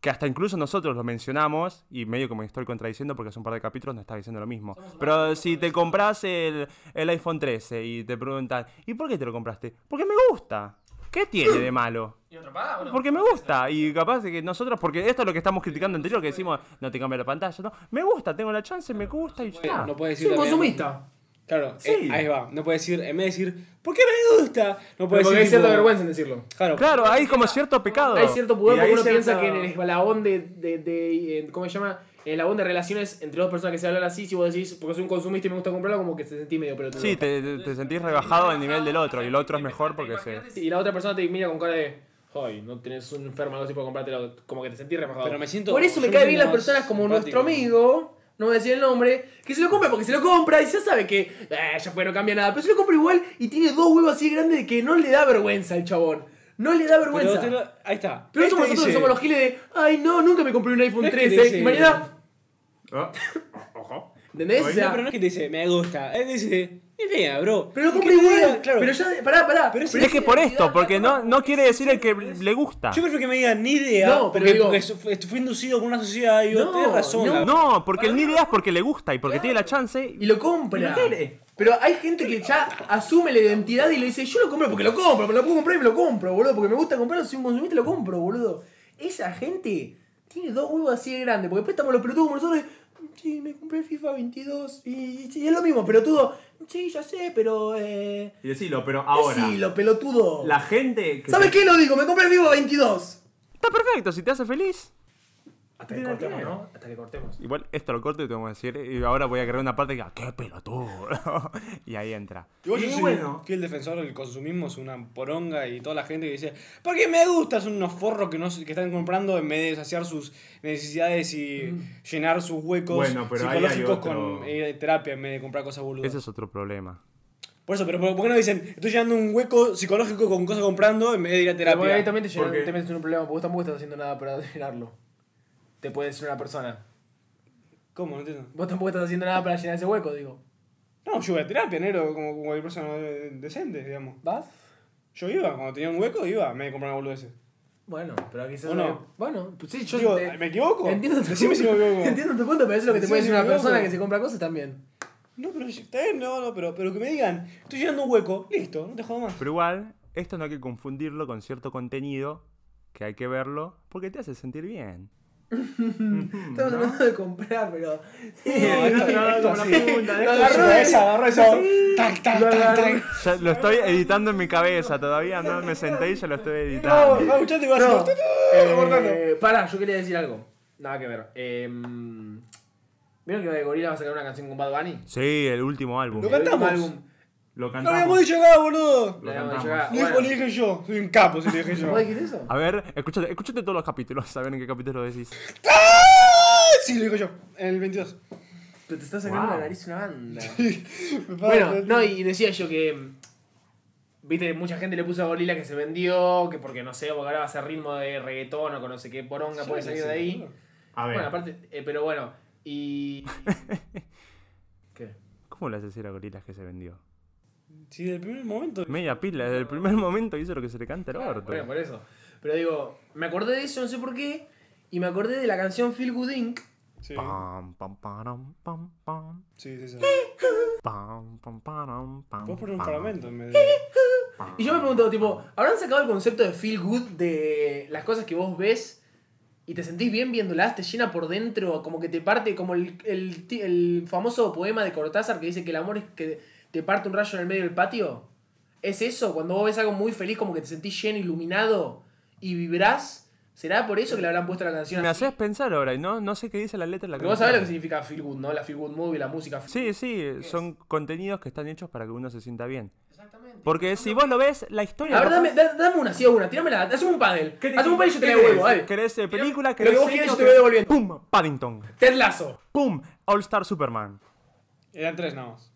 Speaker 1: Que hasta incluso nosotros lo mencionamos, y medio que me estoy contradiciendo porque hace un par de capítulos nos está diciendo lo mismo. Pero si te compras el, el iPhone 13 y te preguntan, ¿y por qué te lo compraste? Porque me gusta. ¿Qué tiene de malo?
Speaker 4: ¿Y otro paga? Bueno,
Speaker 1: Porque me gusta. Y capaz de que nosotros, porque esto es lo que estamos criticando anterior, que decimos, no te cambia la pantalla, no. Me gusta, tengo la chance, me gusta y ya. está.
Speaker 2: No puede decir
Speaker 3: Ah, Soy un
Speaker 2: también-
Speaker 3: consumista.
Speaker 2: Claro, eh,
Speaker 1: Sí.
Speaker 2: ahí va. No puede decir, en vez de decir, ¿por qué me gusta? No puede decir.
Speaker 3: Porque hay cierta
Speaker 2: tipo,
Speaker 3: vergüenza en decirlo.
Speaker 2: Claro,
Speaker 1: Claro, hay como cierto pecado.
Speaker 3: Hay cierto pudor
Speaker 2: Y hay
Speaker 3: porque uno
Speaker 2: cierta-
Speaker 3: piensa que en el eslabón de, de, de- en- ¿Cómo se llama? En el eslabón de relaciones entre dos personas que se hablan así, si vos decís, porque soy un consumista y me gusta comprarlo, como que te sentís medio pelotudo.
Speaker 1: Sí, te, te- te sentís rebajado al nivel del otro y el otro es mejor porque se...
Speaker 3: Y la otra persona te mira con cara de. Ay, no tenés un enfermo algo así para comprártelo. Como que te sentís remajado.
Speaker 2: Pero me siento-
Speaker 3: Por eso me
Speaker 2: yo
Speaker 3: cae
Speaker 2: me
Speaker 3: bien
Speaker 2: siento
Speaker 3: las
Speaker 2: más
Speaker 3: personas como
Speaker 2: simpático.
Speaker 3: nuestro amigo. No voy a decir el nombre, que se lo compra porque se lo compra y ya sabe que eh, ya fue, no cambia nada. Pero se lo compra igual y tiene dos huevos así grandes de que no le da vergüenza al chabón. No le da
Speaker 2: pero
Speaker 3: vergüenza.
Speaker 2: te lo- ahí está.
Speaker 3: Pero
Speaker 2: Este
Speaker 3: somos nosotros que
Speaker 2: dice-
Speaker 3: somos los giles de, ay no, nunca me compré un iPhone
Speaker 2: No es que
Speaker 3: 13.
Speaker 2: dice- Ah,
Speaker 3: Y mañana,
Speaker 1: Ojo.
Speaker 3: ¿entendés? O sea,
Speaker 2: No, pero no es que te dice, me gusta. Él dice, idea, bro.
Speaker 3: pero lo
Speaker 2: ¿Qué
Speaker 3: compré
Speaker 2: te
Speaker 3: igual.
Speaker 2: diga? Claro.
Speaker 3: Pero ya, pará, pará.
Speaker 2: Pero es-
Speaker 1: Es que por esto, porque no, no quiere decir el que le gusta.
Speaker 2: Yo prefiero que me digan ni idea.
Speaker 3: No, pero
Speaker 2: porque,
Speaker 3: digo-
Speaker 2: porque su- fue- fui inducido por una sociedad. Digo,
Speaker 3: No,
Speaker 2: tenés razón.
Speaker 3: no.
Speaker 2: la-
Speaker 1: No, porque el ni idea es porque le gusta y porque tiene la chance.
Speaker 3: y
Speaker 1: y-
Speaker 3: lo compra. Pero hay gente que ya asume la identidad y le dice, yo lo compro porque lo compro, me lo puedo comprar y me lo compro, boludo, porque me gusta comprarlo, soy un consumista y lo compro, boludo. Esa gente tiene dos huevos así de grandes, porque después estamos los pelotudos como nosotros, de, sí, me compré el FIFA 22 y, sí, es lo mismo, pelotudo, sí, ya sé, pero... Eh,
Speaker 1: Y decilo, pero
Speaker 3: sí, lo pelotudo.
Speaker 1: gente que...
Speaker 3: ¿Sabes qué lo digo? Me compré el Vivo 22.
Speaker 1: Está perfecto, si te hace feliz.
Speaker 3: Hasta
Speaker 1: que cortemos,
Speaker 3: ¿no? Hasta que cortemos.
Speaker 1: Igual esto lo corto y te vamos a decir, y ahora voy a crear una parte que diga, qué pelotudo. y ahí entra.
Speaker 2: Igual yo soy un fiel defensor del consumismo, es una poronga y toda la gente que dice, porque me gusta, son unos forros que, no, que están comprando en vez de saciar sus necesidades y llenar sus huecos
Speaker 1: Mm. Bueno, pero ahí hay
Speaker 2: psicológicos
Speaker 1: otro-
Speaker 2: con eh, terapia en vez de comprar cosas boludas.
Speaker 1: Ese es otro problema.
Speaker 2: Por eso, pero ¿por por qué no dicen, estoy llenando un hueco psicológico con cosas comprando en vez de ir a
Speaker 3: Porque ahí
Speaker 2: terapia?
Speaker 3: también te,
Speaker 1: ¿Por
Speaker 3: llegan-
Speaker 1: qué?
Speaker 3: te metes en un problema, porque vos tampoco estás haciendo nada para llenarlo. Te puede decir una persona.
Speaker 2: ¿Cómo? No entiendo.
Speaker 3: Vos tampoco estás haciendo nada para llenar ese hueco, digo.
Speaker 2: No, yo iba a terapia, negro, como como cualquier persona eh, decente, digamos.
Speaker 3: ¿Vas?
Speaker 2: Yo iba, cuando tenía un hueco, iba, me compraba boludeces.
Speaker 3: Bueno, pero quizás.
Speaker 2: ¿O no?
Speaker 3: Bueno, pues sí, yo.
Speaker 2: Digo,
Speaker 3: eh,
Speaker 2: ¿me equivoco?
Speaker 3: Entiendo tu,
Speaker 2: Decime si me equivoco.
Speaker 3: entiendo tu punto, pero eso es lo que te
Speaker 2: Decime
Speaker 3: puede
Speaker 2: si
Speaker 3: decir
Speaker 2: me
Speaker 3: una
Speaker 2: equivoco.
Speaker 3: persona que se compra cosas también.
Speaker 2: No, pero está bien, no, no, pero, pero que me digan, estoy llenando un hueco, listo, no te jodo más.
Speaker 1: Pero igual, esto no hay que confundirlo con cierto contenido que hay que verlo porque te hace sentir bien.
Speaker 3: Estamos hablando de comprar, pero.
Speaker 2: No, esto- no, esto
Speaker 1: la
Speaker 2: así.
Speaker 1: punta,
Speaker 2: Lo
Speaker 1: esto
Speaker 2: agarró
Speaker 3: así.
Speaker 2: esa, agarró esa. Tac, tac,
Speaker 3: Lo
Speaker 2: tac,
Speaker 3: agarró.
Speaker 2: tac.
Speaker 1: Ya lo estoy editando en mi cabeza todavía, no me senté y ya lo estoy
Speaker 2: No,
Speaker 1: editando.
Speaker 2: no, ya te vas
Speaker 3: No,
Speaker 2: a
Speaker 3: eh,
Speaker 2: cortando.
Speaker 3: pará, yo quería decir algo. Nada que ver. Eh, ¿Vieron que Gorila va a sacar una canción con Bad Bunny?
Speaker 1: Sí, el último álbum.
Speaker 2: Lo cantamos.
Speaker 3: El último álbum.
Speaker 1: Lo
Speaker 2: No habíamos dicho acá, boludo.
Speaker 1: Lo
Speaker 3: Le habíamos
Speaker 1: cantamos. Ah.
Speaker 2: Lo
Speaker 3: dicho acá,
Speaker 2: dijo,
Speaker 3: Ah, bueno.
Speaker 2: le dije yo. Soy un capo si le dije yo.
Speaker 3: ¿Vos dijiste eso?
Speaker 1: A ver, escúchate, escúchate todos los capítulos, a ver en qué capítulo decís.
Speaker 2: ¡Ah! Sí, lo dijo yo. En el 22.
Speaker 3: Pero te está sacando
Speaker 1: Wow.
Speaker 3: la nariz una banda.
Speaker 2: Me pasa,
Speaker 3: Bueno, no, y decía yo que. mm, Viste, mucha gente le puso a Gorila que se vendió, que porque no sé, porque ahora va a ser ritmo de reggaetón o con no sé qué poronga
Speaker 2: Sí,
Speaker 3: puede
Speaker 2: sí,
Speaker 3: salir
Speaker 2: sí,
Speaker 3: de ahí.
Speaker 2: boludo.
Speaker 1: A
Speaker 3: Bueno, aparte, eh, pero bueno, y. ¿Qué?
Speaker 1: ¿Cómo le haces decir a Gorilas que se vendió?
Speaker 2: Sí, del primer momento.
Speaker 1: Media pila, desde el primer momento hizo lo que se le canta el orto.
Speaker 3: Bueno, por eso. Pero digo, me acordé de eso, no sé por qué, y me acordé de la canción Feel Good Inc.
Speaker 2: Sí,
Speaker 3: Ah.
Speaker 1: Pam, pam, param, pam, pam.
Speaker 2: sí, sí. sí.
Speaker 1: Pam, pam, param, pam,
Speaker 2: Vos poner un
Speaker 1: pam.
Speaker 2: parlamento en vez de.
Speaker 3: Y yo me pregunto, tipo, ¿habrán sacado el concepto de feel good de las cosas que vos ves y te sentís bien viéndolas? ¿Te llena por dentro? Como que te parte, como el, el ti- el famoso poema de Cortázar que dice que el amor es que te parte un rayo en el medio del patio. ¿Es eso? Cuando vos ves algo muy feliz, como que te sentís lleno, iluminado y vibrás. ¿Será por eso que le habrán puesto la canción?
Speaker 1: Me
Speaker 3: así?
Speaker 1: haces pensar ahora y no, no sé qué dice la letra en la
Speaker 3: Porque vos sabés lo que
Speaker 1: canción.
Speaker 3: significa feel good, ¿no? La feel good movie, la música. feel
Speaker 1: Sí, sí, son contenidos que están hechos para que uno se sienta bien.
Speaker 3: Exactamente.
Speaker 1: Porque si vos lo ves, la historia.
Speaker 3: A ver,
Speaker 1: capaz-
Speaker 3: dame, da- dame una, sí, una, tíramela. Hazme un pádel.
Speaker 2: ¿Qué te-
Speaker 3: Hazme un pádel y yo te
Speaker 2: qué
Speaker 3: la devuelvo,
Speaker 2: querés?
Speaker 3: dale.
Speaker 1: ¿Querés eh, película?
Speaker 3: que vos
Speaker 1: serie,
Speaker 3: quieras,
Speaker 1: o
Speaker 3: yo te
Speaker 1: querés-
Speaker 3: voy devolviendo.
Speaker 1: ¡Pum! Paddington.
Speaker 3: Ted Lazo.
Speaker 1: ¡Pum! All Star Superman.
Speaker 2: Eran tres nada más.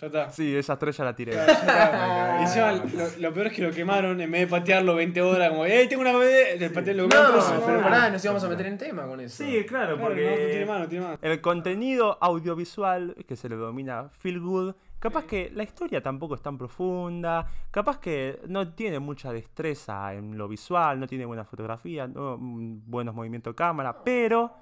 Speaker 2: Ya está.
Speaker 1: Sí, esa tres ya la tiré.
Speaker 3: Ah.
Speaker 2: Y encima, lo, lo peor es que lo quemaron en vez de patearlo 20 horas, como, ¡eh, tengo una bebé! Le pateé, lo
Speaker 3: No,
Speaker 2: quemaron tres
Speaker 3: pero
Speaker 2: semanas.
Speaker 3: pará, nos íbamos a meter en tema con eso.
Speaker 1: claro,
Speaker 2: Claro, no, no tiene mano, tiene mano.
Speaker 1: El contenido audiovisual, que se le denomina feel good, capaz que la historia tampoco es tan profunda, capaz que no tiene mucha destreza en lo visual, no tiene buena fotografía, no, mm, buenos movimientos de cámara, pero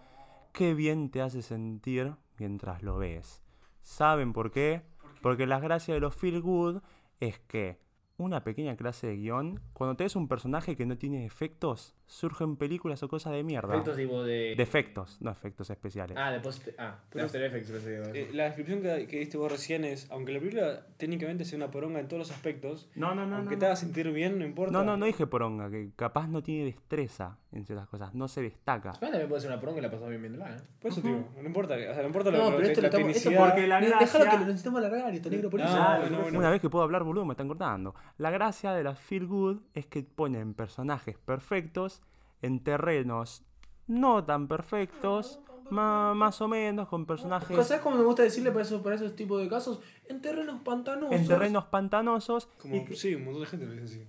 Speaker 1: qué bien te hace sentir mientras lo ves. ¿Saben por qué? Porque las gracias de los feel good es que una pequeña clase de guión, cuando te ves un personaje que no tiene efectos, surgen películas o cosas de mierda.
Speaker 3: Efectos tipo de.
Speaker 1: Defectos, no efectos especiales.
Speaker 3: Ah, de post. Ah, de After Effects, pensé que-
Speaker 2: Eh, la descripción que, que diste vos recién es, aunque la película técnicamente sea una poronga en todos los aspectos,
Speaker 1: no, no,
Speaker 2: aunque te haga sentir bien, no importa.
Speaker 1: No, no, no dije poronga, que capaz no tiene destreza en ciertas cosas, no se destaca.
Speaker 3: Bueno, también puede ser una poronga y la pasamos bien viéndola, ¿eh?
Speaker 2: Por Pues eso, tío, no importa, o sea, no importa
Speaker 3: No,
Speaker 2: lo,
Speaker 3: pero
Speaker 2: que
Speaker 3: esto lo
Speaker 2: la
Speaker 3: estamos. Esto
Speaker 2: tecnicidad.
Speaker 1: porque la
Speaker 3: Dejalo
Speaker 1: gracia-
Speaker 3: que lo necesitamos alargar, está negro por eso.
Speaker 2: No, no, no.
Speaker 1: Una vez que puedo hablar, boludo, me están cortando. La gracia de las feel good es que ponen personajes perfectos en terrenos no tan perfectos, ma- más o menos, con personajes
Speaker 3: ¿Sabes cómo me gusta decirle para esos, para esos tipos de casos? En terrenos pantanosos.
Speaker 1: en terrenos pantanosos y
Speaker 2: Como, sí, un montón de gente lo dice así.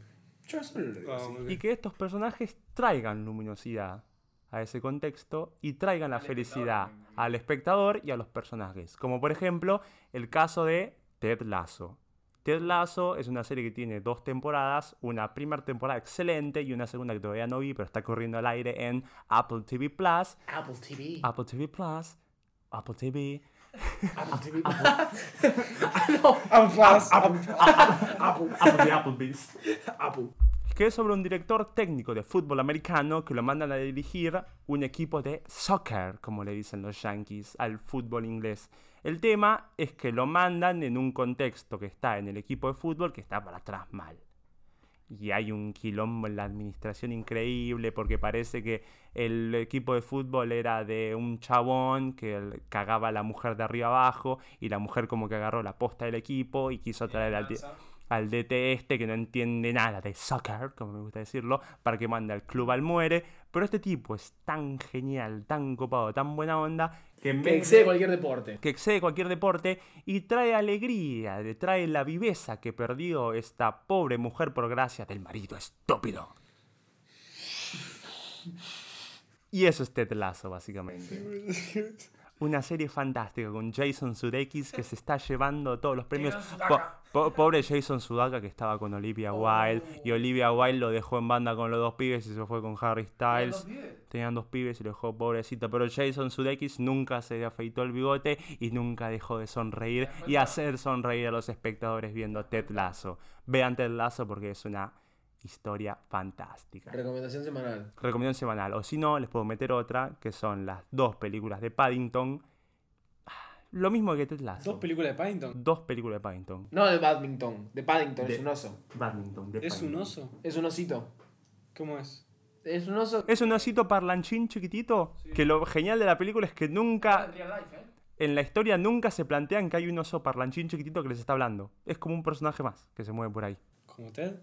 Speaker 3: Yo solo lo digo
Speaker 2: Ah,
Speaker 3: así.
Speaker 2: ok.
Speaker 1: y que estos personajes traigan luminosidad a ese contexto y traigan la felicidad al espectador y a los personajes. Como por ejemplo el caso de Ted Lasso. Ted Lasso es una serie que tiene dos temporadas, una primera temporada excelente y una segunda que todavía no vi, pero está corriendo al aire en Apple TV Plus,
Speaker 3: Apple TV.
Speaker 1: Apple TV Plus, Apple TV,
Speaker 3: Apple TV. no.
Speaker 2: Ah, fast.
Speaker 3: Apple.
Speaker 1: Apple Applebee's.
Speaker 3: Apple.
Speaker 1: que es sobre un director técnico de fútbol americano que lo mandan a dirigir un equipo de soccer, como le dicen los yankees al fútbol inglés. El tema es que lo mandan en un contexto que está en el equipo de fútbol que está para atrás mal. Y hay un quilombo en la administración increíble porque parece que el equipo de fútbol era de un chabón que el- cagaba a la mujer de arriba abajo y la mujer como que agarró la posta del equipo y quiso traer al, ti- al DT este que no entiende nada de soccer, como me gusta decirlo, para que mande al club al muere. Pero este tipo es tan genial, tan copado, tan buena onda, que en
Speaker 3: Que
Speaker 1: vez
Speaker 3: excede cualquier deporte.
Speaker 1: que excede cualquier deporte y trae alegría, le trae la viveza que perdió esta pobre mujer por gracia del marido estúpido. Y eso es Ted Lasso, básicamente. Una serie fantástica con Jason Sudeikis que se está llevando todos los premios.
Speaker 3: Jason Sudeika.
Speaker 1: Po- po- pobre Jason Sudeika que estaba con Olivia Wilde y Olivia Wilde lo dejó en banda con los dos pibes y se fue con Harry Styles. Tenían dos pibes y lo dejó pobrecito. Pero Jason Sudeikis nunca se afeitó el bigote y nunca dejó de sonreír y hacer sonreír a los espectadores viendo Ted Lasso. Vean Ted Lasso porque es una historia fantástica.
Speaker 3: Recomendación semanal.
Speaker 1: Recomendación semanal. O si no, les puedo meter otra, que son las dos películas de Paddington. Ah, Lo mismo que Ted Lasso.
Speaker 2: Dos películas de Paddington.
Speaker 1: Dos películas de Paddington.
Speaker 3: No de Badminton, de Paddington,
Speaker 1: De-
Speaker 3: es un oso.
Speaker 1: Paddington. de
Speaker 2: ¿Es un
Speaker 1: Paddington.
Speaker 2: oso?
Speaker 3: Es un osito.
Speaker 2: ¿Cómo es?
Speaker 3: Es un oso.
Speaker 1: Es un osito parlanchín chiquitito. Que lo genial de la película es que nunca. En la historia nunca se plantean que hay un oso parlanchín chiquitito que les está hablando. Es como un personaje más que se mueve por ahí.
Speaker 2: ¿Como Ted?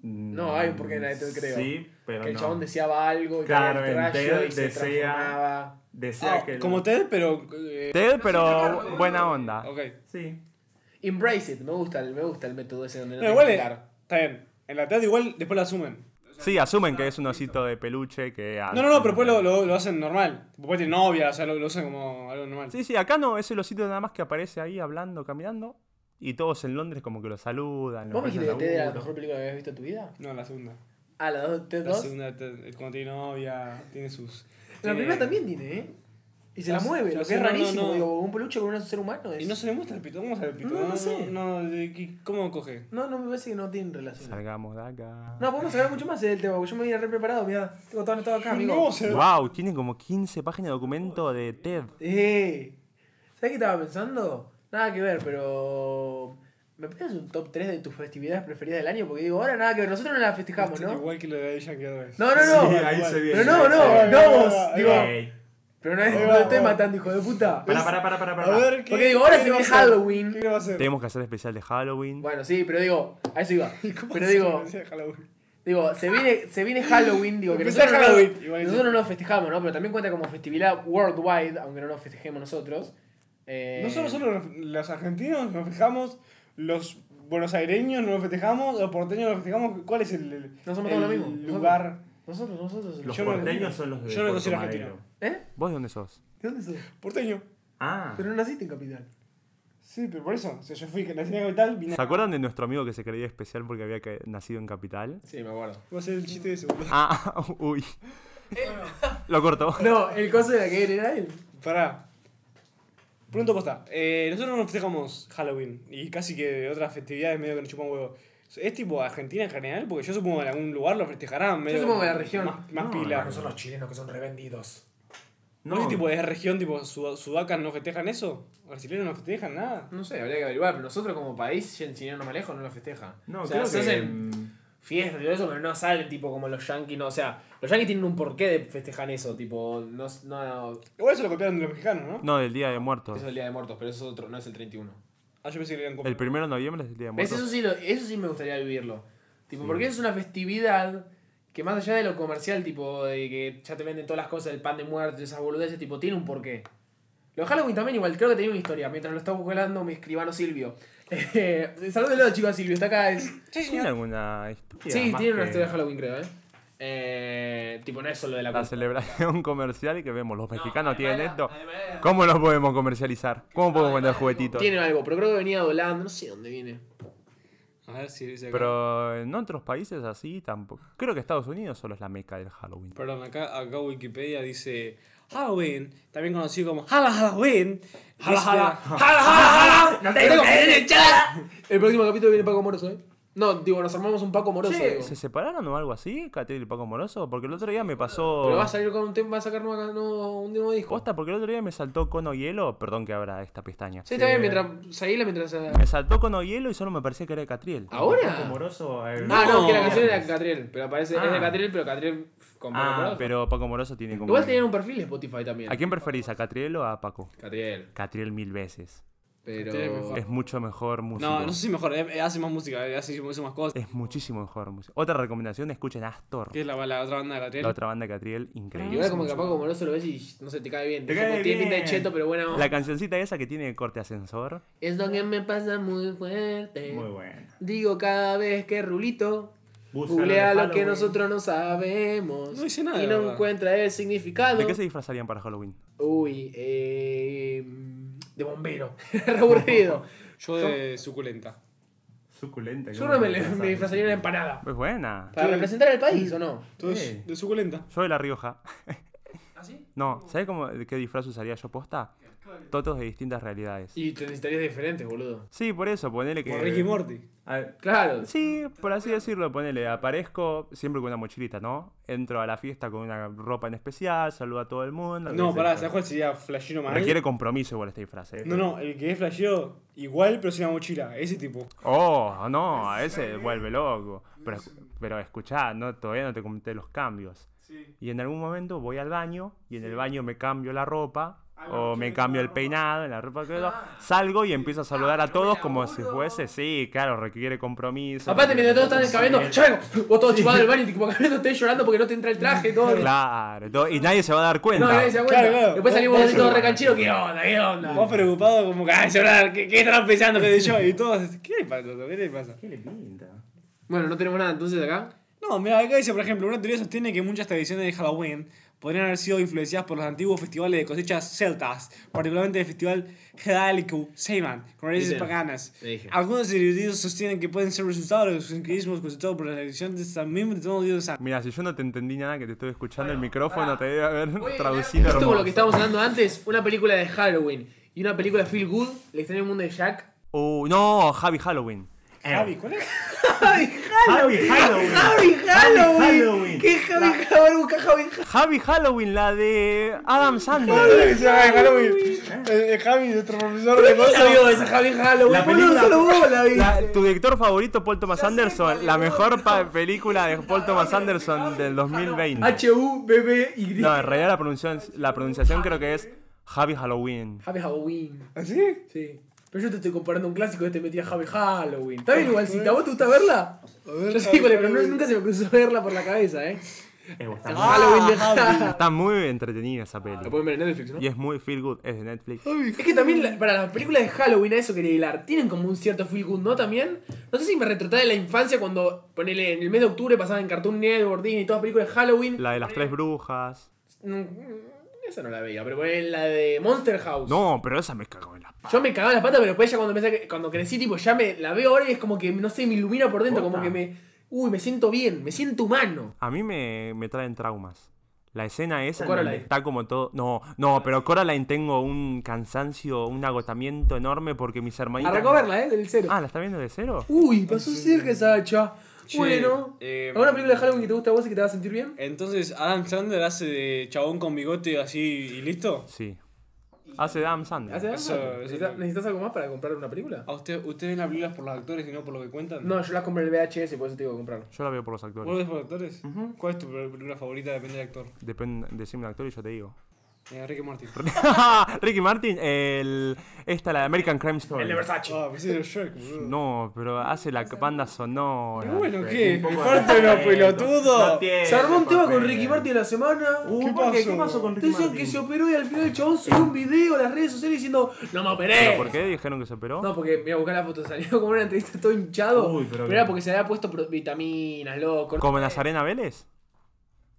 Speaker 3: No, hay un porqué de la de Ted, creo.
Speaker 1: Mm, Sí, pero
Speaker 3: Que el
Speaker 1: no.
Speaker 3: chabón deseaba algo y
Speaker 1: Claro,
Speaker 3: caía el
Speaker 1: en
Speaker 3: rayo
Speaker 1: Ted
Speaker 3: y se
Speaker 1: desea-
Speaker 3: transformaba. Oh,
Speaker 1: Desea
Speaker 2: Ah,
Speaker 1: que.
Speaker 2: como Ted, pero... eh,
Speaker 1: Ted, pero buena onda.
Speaker 2: ok.
Speaker 1: Sí.
Speaker 3: Embrace it, me gusta el, me gusta el método ese donde no,
Speaker 2: No,
Speaker 3: te
Speaker 2: igual
Speaker 3: que
Speaker 2: es- Está bien. En la Ted igual después la asumen.
Speaker 1: Sí, asumen que es un osito de peluche que.
Speaker 2: No, no, no, pero después
Speaker 3: pues
Speaker 2: lo, lo, lo hacen normal. Después tiene novia, o sea, lo, lo usan como algo normal.
Speaker 1: Sí, sí, acá no, es el osito nada más que aparece ahí hablando, caminando. Y todos en Londres como que lo saludan. lo
Speaker 3: ¿Vos me dijiste que
Speaker 1: ofrecen
Speaker 3: Ted era la
Speaker 1: laburo.
Speaker 3: mejor película que habías visto en tu vida?
Speaker 2: No, la segunda.
Speaker 3: Ah, la dos, Ted
Speaker 2: La
Speaker 3: 2.
Speaker 2: segunda, Ted, eh, cuando tiene novia, tiene sus...
Speaker 3: La
Speaker 2: tiene-
Speaker 3: primera también tiene, ¿eh? Y se
Speaker 2: Ya
Speaker 3: la
Speaker 2: sé,
Speaker 3: mueve,
Speaker 2: ya
Speaker 3: lo que
Speaker 2: sé,
Speaker 3: es
Speaker 2: no, no,
Speaker 3: rarísimo,
Speaker 2: no.
Speaker 3: digo, un peluche con un ser humano es.
Speaker 2: Y no se le muestra el pito, ¿cómo sale el pito?
Speaker 3: No, no sé.
Speaker 2: No, de- ¿qué- ¿Cómo coge?
Speaker 3: no, no me parece que no tienen relación.
Speaker 1: Salgamos de acá.
Speaker 3: No, podemos hablar mucho más del tema, porque yo me voy a ir re preparado, mirá, tengo todo anotado acá, Ah, amigo.
Speaker 2: No, se-
Speaker 1: Wow, tiene como 15 páginas de documento de Ted.
Speaker 3: Eh, ¿Sabes qué estaba pensando? Nada que ver, pero. ¿Me pones un top 3 de tus festividades preferidas del año? Porque digo, ahora nada que ver, nosotros no las festejamos, ¿no?
Speaker 2: Igual que lo de Jack otra vez.
Speaker 3: No, no, no.
Speaker 2: ahí se
Speaker 3: Pero no, no, no, vos, digo.
Speaker 1: Ey,
Speaker 3: Pero no es
Speaker 2: Ahí
Speaker 3: no
Speaker 2: va,
Speaker 3: te
Speaker 2: ahí va.
Speaker 3: matan, hijo de puta.
Speaker 1: Para, para, para, para,
Speaker 2: A ver, ¿qué?
Speaker 3: Porque digo, ahora
Speaker 2: qué
Speaker 3: se
Speaker 2: va a
Speaker 3: viene
Speaker 2: hacer?
Speaker 3: Halloween.
Speaker 2: ¿Qué va a hacer?
Speaker 1: Tenemos que hacer especial de Halloween.
Speaker 3: Bueno, sí, pero digo, a eso iba.
Speaker 2: ¿Cómo
Speaker 3: Pero
Speaker 2: se
Speaker 3: digo,
Speaker 2: viene Halloween?
Speaker 3: digo, se viene, se viene Halloween, digo que
Speaker 2: Empezó
Speaker 3: nosotros, no-
Speaker 2: Halloween, igual que
Speaker 3: nosotros
Speaker 2: sí.
Speaker 3: no lo festejamos, ¿no? Pero también cuenta como festividad worldwide, aunque no lo festejemos nosotros. Eh,
Speaker 2: No solo, solo los- los argentinos nos festejamos, los buenosaireños nos festejamos, los porteños nos festejamos. ¿Cuál es el, el-
Speaker 3: No somos
Speaker 2: el
Speaker 3: todos lo mismo. Nosotros.
Speaker 2: lugar?
Speaker 3: Nosotros, nosotros.
Speaker 1: Los
Speaker 2: yo no-
Speaker 1: porteños son los de
Speaker 2: yo no
Speaker 1: Puerto
Speaker 2: considero
Speaker 1: Madero.
Speaker 2: argentino.
Speaker 3: ¿Eh?
Speaker 1: ¿Vos de dónde sos?
Speaker 3: ¿De dónde sos?
Speaker 2: Porteño.
Speaker 1: Ah.
Speaker 3: Pero no naciste en Capital.
Speaker 2: Sí, pero por eso. O sea, yo fui a la ciudad capital, vine
Speaker 1: ¿Se acuerdan de nuestro amigo que se creía especial porque había ca- nacido en Capital?
Speaker 3: Sí, me acuerdo.
Speaker 2: a hacer el chiste de ese, boludo.
Speaker 1: Ah, uy. Lo cortó.
Speaker 3: No, el coso de la que era él.
Speaker 2: Pará. Pronto posta. Eh, nosotros no festejamos Halloween y casi que otras festividades medio que nos chupan huevo. Es tipo Argentina en general, porque yo supongo que en algún lugar lo festejarán. Medio
Speaker 3: supongo que la
Speaker 2: más-
Speaker 3: región.
Speaker 2: Más, más
Speaker 1: No,
Speaker 2: pila.
Speaker 1: no
Speaker 2: No,
Speaker 1: son
Speaker 3: los chilenos que son revendidos.
Speaker 2: sé,
Speaker 3: pues,
Speaker 2: tipo, es región tipo Sud- sudacas no festejan eso. Brasileños no festejan nada.
Speaker 3: No sé, habría que averiguar, pero nosotros como país, en Chile no me alejo, no lo festeja.
Speaker 1: No,
Speaker 3: o sea,
Speaker 1: creo
Speaker 3: se
Speaker 1: que-
Speaker 3: hacen fiestas y todo eso, pero no salen tipo como los yanquis, no, o sea, los yanquis tienen un porqué de festejar eso, tipo, no, no, eso
Speaker 2: Igual eso lo copiaron de los mexicanos, ¿no?
Speaker 1: No, del Día de Muertos.
Speaker 3: es el Día de Muertos, pero eso es otro, no es el 31.
Speaker 2: Ah, yo pensé que lo iban a copiar.
Speaker 1: El primero de noviembre es el Día de
Speaker 3: ¿Ves? Eso
Speaker 1: Muertos.
Speaker 3: sí, lo- eso sí me gustaría vivirlo. Tipo, porque es una festividad que más allá de lo comercial, tipo, de que ya te venden todas las cosas, el pan de muerte, esas boludeces, tipo, tiene un porqué. Lo de Halloween también igual, creo que tenía una historia. Mientras lo estaba buscando mi escribano Silvio. Eh, Salúdelo, chicos, a Silvio, está acá. es-
Speaker 1: ¿Tiene alguna historia?
Speaker 3: Sí,
Speaker 1: más
Speaker 3: tiene una
Speaker 1: que
Speaker 3: historia de Halloween, creo, ¿eh? Eh, tipo, no es solo de la
Speaker 1: La
Speaker 3: culpa.
Speaker 1: celebración comercial que vemos, los mexicanos
Speaker 4: además
Speaker 1: tienen
Speaker 4: era-
Speaker 1: esto.
Speaker 4: además era-
Speaker 1: ¿Cómo lo podemos comercializar? ¿Cómo podemos vender
Speaker 4: además era-
Speaker 1: juguetitos?
Speaker 3: Tiene algo, pero creo que venía volando, no sé dónde viene.
Speaker 2: A ver si dice acá.
Speaker 1: Pero en otros países así tampoco. Creo que Estados Unidos solo es la meca del Halloween.
Speaker 2: Perdón, acá, acá Wikipedia dice Halloween, también conocido como Hala Halloween. Hala Hala.
Speaker 3: ¡Jala, jala, jala! ¡No te digo que viene, chala! El próximo capítulo viene Paco Moroso, ¿eh? No, digo, nos armamos un Paco Moroso. digo.
Speaker 1: ¿Se separaron o algo así, Catriel y Paco Moroso? Porque el otro día me pasó.
Speaker 3: Pero va a salir con un tema, va a sacar nueva- no, un nuevo disco.
Speaker 1: Posta, porque el otro día me saltó cono hielo. Perdón que abra esta pestaña. Eh,
Speaker 3: Sí, está bien, mientras. Seguila mientras.
Speaker 1: Me saltó cono hielo y solo me parecía que era de Catriel.
Speaker 3: ¿Ahora?
Speaker 1: Paco Moroso. eh,
Speaker 3: Ah, no,
Speaker 2: No.
Speaker 3: que la canción era de Catriel, pero aparece. Es de
Speaker 1: Ah.
Speaker 3: Catriel, pero Catriel con Paco
Speaker 1: Ah,
Speaker 3: Moroso.
Speaker 1: pero Paco Moroso tiene como.
Speaker 3: Igual tenían un perfil de Spotify también.
Speaker 1: ¿A quién preferís, a Catriel o a Paco?
Speaker 3: Catriel.
Speaker 1: Catriel mil veces.
Speaker 3: Pero.
Speaker 2: Catriel es mejor.
Speaker 1: Es mucho mejor música.
Speaker 2: No, no sé si mejor, eh, eh, hace más música, eh, hace, hizo más cosas.
Speaker 1: Es muchísimo mejor música. Otra recomendación, escuchen Astor.
Speaker 2: Que es la, la otra banda de la tele.
Speaker 1: La otra banda de Catriel,
Speaker 3: Y
Speaker 1: increíble.
Speaker 3: ahora como que a Paco Moroso lo ves y no sé, te cae bien.
Speaker 1: Te
Speaker 3: Tipo,
Speaker 1: cae
Speaker 3: Tiene pinta de
Speaker 1: bien.
Speaker 3: cheto, pero bueno.
Speaker 1: La cancioncita esa que tiene corte ascensor.
Speaker 3: Es lo que me pasa muy fuerte.
Speaker 1: buena.
Speaker 3: Digo cada vez que Rulito
Speaker 1: Busca
Speaker 3: googlea
Speaker 1: lo de
Speaker 3: lo que
Speaker 1: Halloween.
Speaker 3: nosotros no sabemos.
Speaker 2: No dice nada,
Speaker 3: Y no
Speaker 2: ¿verdad?
Speaker 3: encuentra el significado.
Speaker 1: ¿De qué se disfrazarían para Halloween?
Speaker 3: Uy, eh, de bombero. Re aburrido.
Speaker 2: Yo de suculenta.
Speaker 1: Suculenta.
Speaker 3: Yo no me, me disfrazaría de una empanada.
Speaker 1: Pues buena.
Speaker 3: ¿Para
Speaker 2: Sí.
Speaker 3: representar al país o no?
Speaker 2: Todo es
Speaker 1: Sí.
Speaker 2: de suculenta.
Speaker 1: Yo de La Rioja.
Speaker 4: ¿Ah, sí?
Speaker 1: No, ¿sabes cómo, de qué disfraz usaría yo posta? Totos de distintas realidades.
Speaker 3: Y te necesitarías diferentes, boludo.
Speaker 1: Sí, por eso, ponele que...
Speaker 2: Como Ricky Morty.
Speaker 1: A-
Speaker 3: Claro.
Speaker 1: Sí, por así decirlo, ponele, aparezco siempre con una mochilita, ¿no? Entro a la fiesta con una ropa en especial, saludo a todo el mundo.
Speaker 2: No,
Speaker 1: qué sé
Speaker 2: pará,
Speaker 1: yo.
Speaker 2: ¿sabes cuál sería flashero mal?
Speaker 1: Requiere compromiso igual este disfraz, ¿eh?
Speaker 2: No, no, el que es flashero igual, pero sin la mochila. Ese tipo.
Speaker 1: Oh, no, a ese vuelve loco. Pero, pero escuchá, no, todavía no te comenté los cambios.
Speaker 4: Sí.
Speaker 1: Y en algún momento voy al baño y en el baño me cambio la ropa
Speaker 4: Ah, no,
Speaker 1: o
Speaker 4: yo
Speaker 1: me
Speaker 4: me
Speaker 1: cambio
Speaker 4: cambio
Speaker 1: el
Speaker 4: la ropa.
Speaker 1: peinado, en la ropa que
Speaker 4: Ah.
Speaker 1: salgo y empiezo a saludar
Speaker 4: Ah,
Speaker 1: a
Speaker 4: no
Speaker 1: todos
Speaker 4: me
Speaker 1: como si
Speaker 4: laburo.
Speaker 1: fuese, sí, claro, requiere compromiso.
Speaker 3: Aparte, mientras todos están
Speaker 1: requiere-
Speaker 3: descabiendo, ya vengo. Vos todo chivado del baño y tipo, caminándote llorando porque no te entra el traje, todo.
Speaker 1: Claro, todo- y nadie se va a dar cuenta.
Speaker 3: No, nadie se da cuenta.
Speaker 2: Claro, claro.
Speaker 3: Después salimos
Speaker 2: Vos-
Speaker 3: así todo recanchero, ¿qué onda? ¿Qué onda?
Speaker 2: Vos preocupado, como que, ay, llorar, ¿qué, qué estarán pensando que de yo? Y todos, ¿qué le pasa? ¿Qué le pasa?
Speaker 1: ¿Qué le pinta?
Speaker 3: Bueno, no tenemos nada entonces acá.
Speaker 2: No, mira, acá dice, por ejemplo, una teoría sostiene que muchas tradiciones de Halloween podrían haber sido influenciadas por los antiguos festivales de cosechas celtas, particularmente el festival Hedalicus Seiman, con raíces
Speaker 3: Viste,
Speaker 2: paganas.
Speaker 3: te dije.
Speaker 2: Algunos eruditos sostienen que pueden ser resultado de los sincretismos causados por la tradición de San mismo de todos los dioses santos.
Speaker 1: Mira, si yo no te entendí nada que te estuve escuchando, el
Speaker 4: Bueno,
Speaker 1: micrófono
Speaker 4: pará.
Speaker 1: te debe haber
Speaker 4: a
Speaker 1: traducido
Speaker 3: Esto con
Speaker 1: hermoso.
Speaker 3: lo que estábamos hablando antes, una película de Halloween y una película feel good, El extraño mundo de Jack.
Speaker 1: Uh, no, Javi Halloween.
Speaker 2: Eh, Javi, ¿cuál es?
Speaker 3: ¡Javi
Speaker 1: Javi Halloween.
Speaker 3: Halloween!
Speaker 1: Halloween.
Speaker 3: ¡Qué Javi Javi, Javi, busca Javi.
Speaker 1: Javi Halloween, la de Adam Sandler.
Speaker 2: Javi, Javi, Eh, Javi, nuestro profesor de
Speaker 3: ¿Vos
Speaker 2: cosas.
Speaker 3: esa Javi Halloween?
Speaker 4: La
Speaker 3: boludo,
Speaker 4: película-
Speaker 3: solo vos la viste.
Speaker 1: La- tu director favorito, Paul Thomas Anderson. La mejor pa- película de Paul Thomas Anderson del 2020.
Speaker 3: H-U-B-B-Y.
Speaker 1: No, en realidad la pronunciación, la pronunciación creo que es Javi Halloween.
Speaker 3: Javi Halloween.
Speaker 2: ¿Así?
Speaker 3: Sí. Pero yo te estoy comparando un clásico que te metía Javi Halloween. Está bien igualcita. ¿Vos te gusta verla?
Speaker 2: ver,
Speaker 3: Yo sí,
Speaker 2: Javi
Speaker 3: pero no-
Speaker 2: Halloween.
Speaker 3: nunca se me cruzó verla por la cabeza, ¿eh?
Speaker 4: Eh, está
Speaker 3: Javi Halloween de Javi.
Speaker 1: Está muy entretenida esa peli.
Speaker 3: pueden ver en Netflix, ¿no?
Speaker 1: Y es muy feel good, es de Netflix.
Speaker 3: Es que también la- para las películas de Halloween, a eso quería hilar, tienen como un cierto feel good, ¿no? También, no sé si me retrotrae la infancia cuando, ponele, en el mes de octubre pasaba en Cartoon Network, Disney, todas las películas de Halloween.
Speaker 1: La de las tres brujas.
Speaker 3: Mm, Esa no la veía, pero ponele la de Monster House.
Speaker 1: No, pero esa me cago en la p.
Speaker 3: Yo me cagaba las patas, pero después ya cuando, empecé a- cuando crecí, tipo, ya me la veo ahora y es como que, no sé, me ilumina por dentro, como que
Speaker 4: Posta.
Speaker 3: me... Uy, me siento bien, me siento humano.
Speaker 1: A mí me, me traen traumas. La escena esa en
Speaker 3: Coraline. Ah,
Speaker 1: donde está como todo. No, no, pero Coraline tengo un cansancio, un agotamiento enorme porque mis hermanitas.
Speaker 3: Arrancó a verla, ¿eh? Del cero.
Speaker 1: Ah, ¿la está viendo de cero?
Speaker 3: Uy, pasó cerca esa hacha.
Speaker 2: Che,
Speaker 3: bueno.
Speaker 2: eh,
Speaker 3: ¿Alguna película de Halloween que te gusta a vos y que te va a sentir bien?
Speaker 2: Entonces, Adam Sandler hace de chabón con bigote así y listo.
Speaker 1: Sí. Hace Adam
Speaker 3: ¿Hace
Speaker 1: Sandler.
Speaker 3: algo?
Speaker 2: Eh, Eso- Oh. eso
Speaker 3: ¿Necesitas,
Speaker 2: no.
Speaker 3: necesitas algo más para comprar una película?
Speaker 2: ¿A usted, ¿Ustedes ven las películas por los actores y no por lo que cuentan?
Speaker 3: No, yo las compré en el VHS, por eso te digo comprar.
Speaker 1: Yo la veo por los
Speaker 2: ¿Vos
Speaker 1: actores.
Speaker 2: ves por los actores? ¿Cuál es tu película favorita? Depende del actor.
Speaker 1: Depende, decime un actor y yo te digo.
Speaker 2: Eh, Ricky Martin.
Speaker 1: Ricky Martin, el. Esta, la de American Crime Story.
Speaker 3: El de Versace.
Speaker 2: Ah, pensé que era Shrek, boludo.
Speaker 1: No, pero hace la banda sonora.
Speaker 2: Pero bueno,
Speaker 1: che.
Speaker 2: ¿qué?
Speaker 1: Un poco
Speaker 2: Me
Speaker 1: de
Speaker 2: falta unos
Speaker 1: respeto.
Speaker 2: pelotudos.
Speaker 1: No tiene
Speaker 3: Se armó un tema
Speaker 1: papel.
Speaker 3: con Ricky Martin la semana.
Speaker 1: Uh,
Speaker 2: eh, ¿Qué
Speaker 1: ¿por qué?
Speaker 2: pasó?
Speaker 1: ¿Qué pasó con
Speaker 3: Te
Speaker 1: Ricky
Speaker 3: dicen
Speaker 1: Martin?
Speaker 3: que se operó y al final el chabón subió un video a las redes sociales diciendo ¡No me operé!
Speaker 1: ¿Pero por qué dijeron que se operó?
Speaker 3: No, porque mira, buscar la foto, salió como una entrevista todo hinchado.
Speaker 4: Uy,
Speaker 3: pero
Speaker 4: pero
Speaker 3: era
Speaker 4: que-
Speaker 3: porque se había puesto pro- vitaminas, loco.
Speaker 1: ¿Como Nazarena Vélez?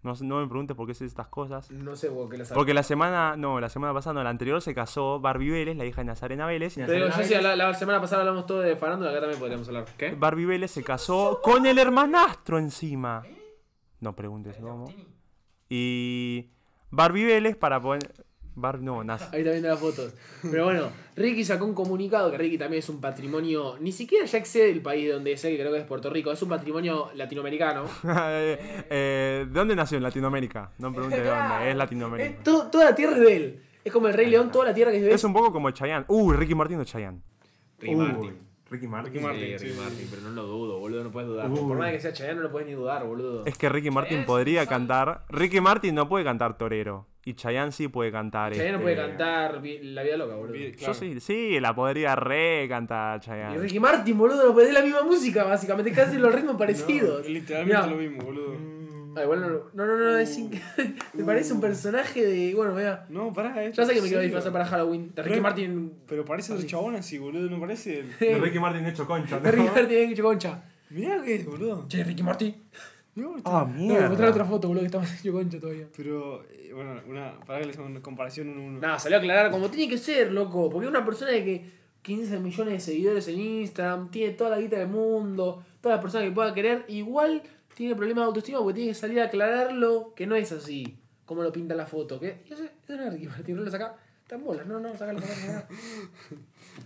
Speaker 1: No, sé- no me preguntes por qué sé estas cosas.
Speaker 3: No sé, vos, que la sabés.
Speaker 1: Porque la semana, no, la semana pasada, no, la anterior se casó Barbie Vélez, la hija de Nazarena Vélez. y
Speaker 3: Te digo,
Speaker 1: Nazarena
Speaker 3: yo sí, la, la semana pasada hablamos todo de farándula, acá también podríamos hablar. ¿Qué?
Speaker 1: Barbie Vélez se casó con el hermanastro encima. No preguntes cómo. Y Barbie Vélez para poner... Bar... No, Naz...
Speaker 3: Ahí está viendo las fotos. Pero bueno, Ricky sacó un comunicado que Ricky también es un patrimonio, ni siquiera ya excede el país de donde es, él, que creo que es Puerto Rico, es un patrimonio latinoamericano.
Speaker 1: Eh, eh, ¿De dónde nació? En Latinoamérica. No me preguntes de dónde, es
Speaker 3: Eh,
Speaker 1: Latinoamérica.
Speaker 3: todo- toda la tierra es de él. Es como el Rey León, toda la tierra que es de él.
Speaker 1: Es un poco como Chayanne. Uh, Ricky Martin o Chayanne.
Speaker 4: Ricky Martin.
Speaker 1: Ricky
Speaker 2: Ricky
Speaker 1: Martin.
Speaker 2: Martin,
Speaker 3: Sí, Ricky
Speaker 2: sí, sí,
Speaker 3: Martin,
Speaker 2: sí.
Speaker 3: pero no lo dudo, boludo, no puedes dudar. Por más que sea Chayanne, no lo puedes ni dudar, boludo.
Speaker 1: Es que Ricky Martin
Speaker 4: Chayanne
Speaker 1: podría
Speaker 4: es un santo.
Speaker 1: cantar. Ricky Martin no puede cantar torero. Y Chayanne sí puede cantar.
Speaker 3: Chayanne no
Speaker 1: este-
Speaker 3: puede cantar vi- La Vida Loca, boludo.
Speaker 2: Bien,
Speaker 3: Y
Speaker 1: Yo
Speaker 2: claro.
Speaker 1: sí, sí, la podría re cantar Chayanne.
Speaker 3: Ricky Martin, boludo, no puede la misma música, básicamente, casi los ritmos parecidos.
Speaker 2: Literalmente
Speaker 3: Mirá.
Speaker 2: lo mismo, boludo.
Speaker 3: Ah, igual no, no, no, no, es inc- Me parece un personaje de. Bueno, vea.
Speaker 2: No, pará, esto.
Speaker 3: Ya sé que me
Speaker 2: es serio.
Speaker 3: quiero disfrazar para Halloween. De Ricky
Speaker 2: Re-
Speaker 3: Martin.
Speaker 2: Pero parece otro chabón así, boludo. No parece. el-
Speaker 3: De
Speaker 1: Ricky Martin hecho concha.
Speaker 3: Ricky Martin en hecho concha.
Speaker 2: Mirá lo que es, boludo.
Speaker 3: Che, Ricky Martin.
Speaker 2: No, está-
Speaker 1: Ah,
Speaker 3: No, me mostré otra
Speaker 1: mierda.
Speaker 3: foto, boludo, que está más hecho concha todavía.
Speaker 2: Pero, eh, bueno, una. Pará que le hacemos una comparación uno a uno.
Speaker 3: Nada, salió a aclarar como tiene que ser, loco. Porque una persona de que 15 millones de seguidores en Instagram, tiene toda la guita del mundo, todas las personas que pueda querer, igual tiene problemas de autoestima porque tiene que salir a aclararlo que no es así, como lo pinta la foto. Que eso eso no es Ricky Martin, no lo saca. Están bolas, no, no, sacalo, sacalo, sacalo.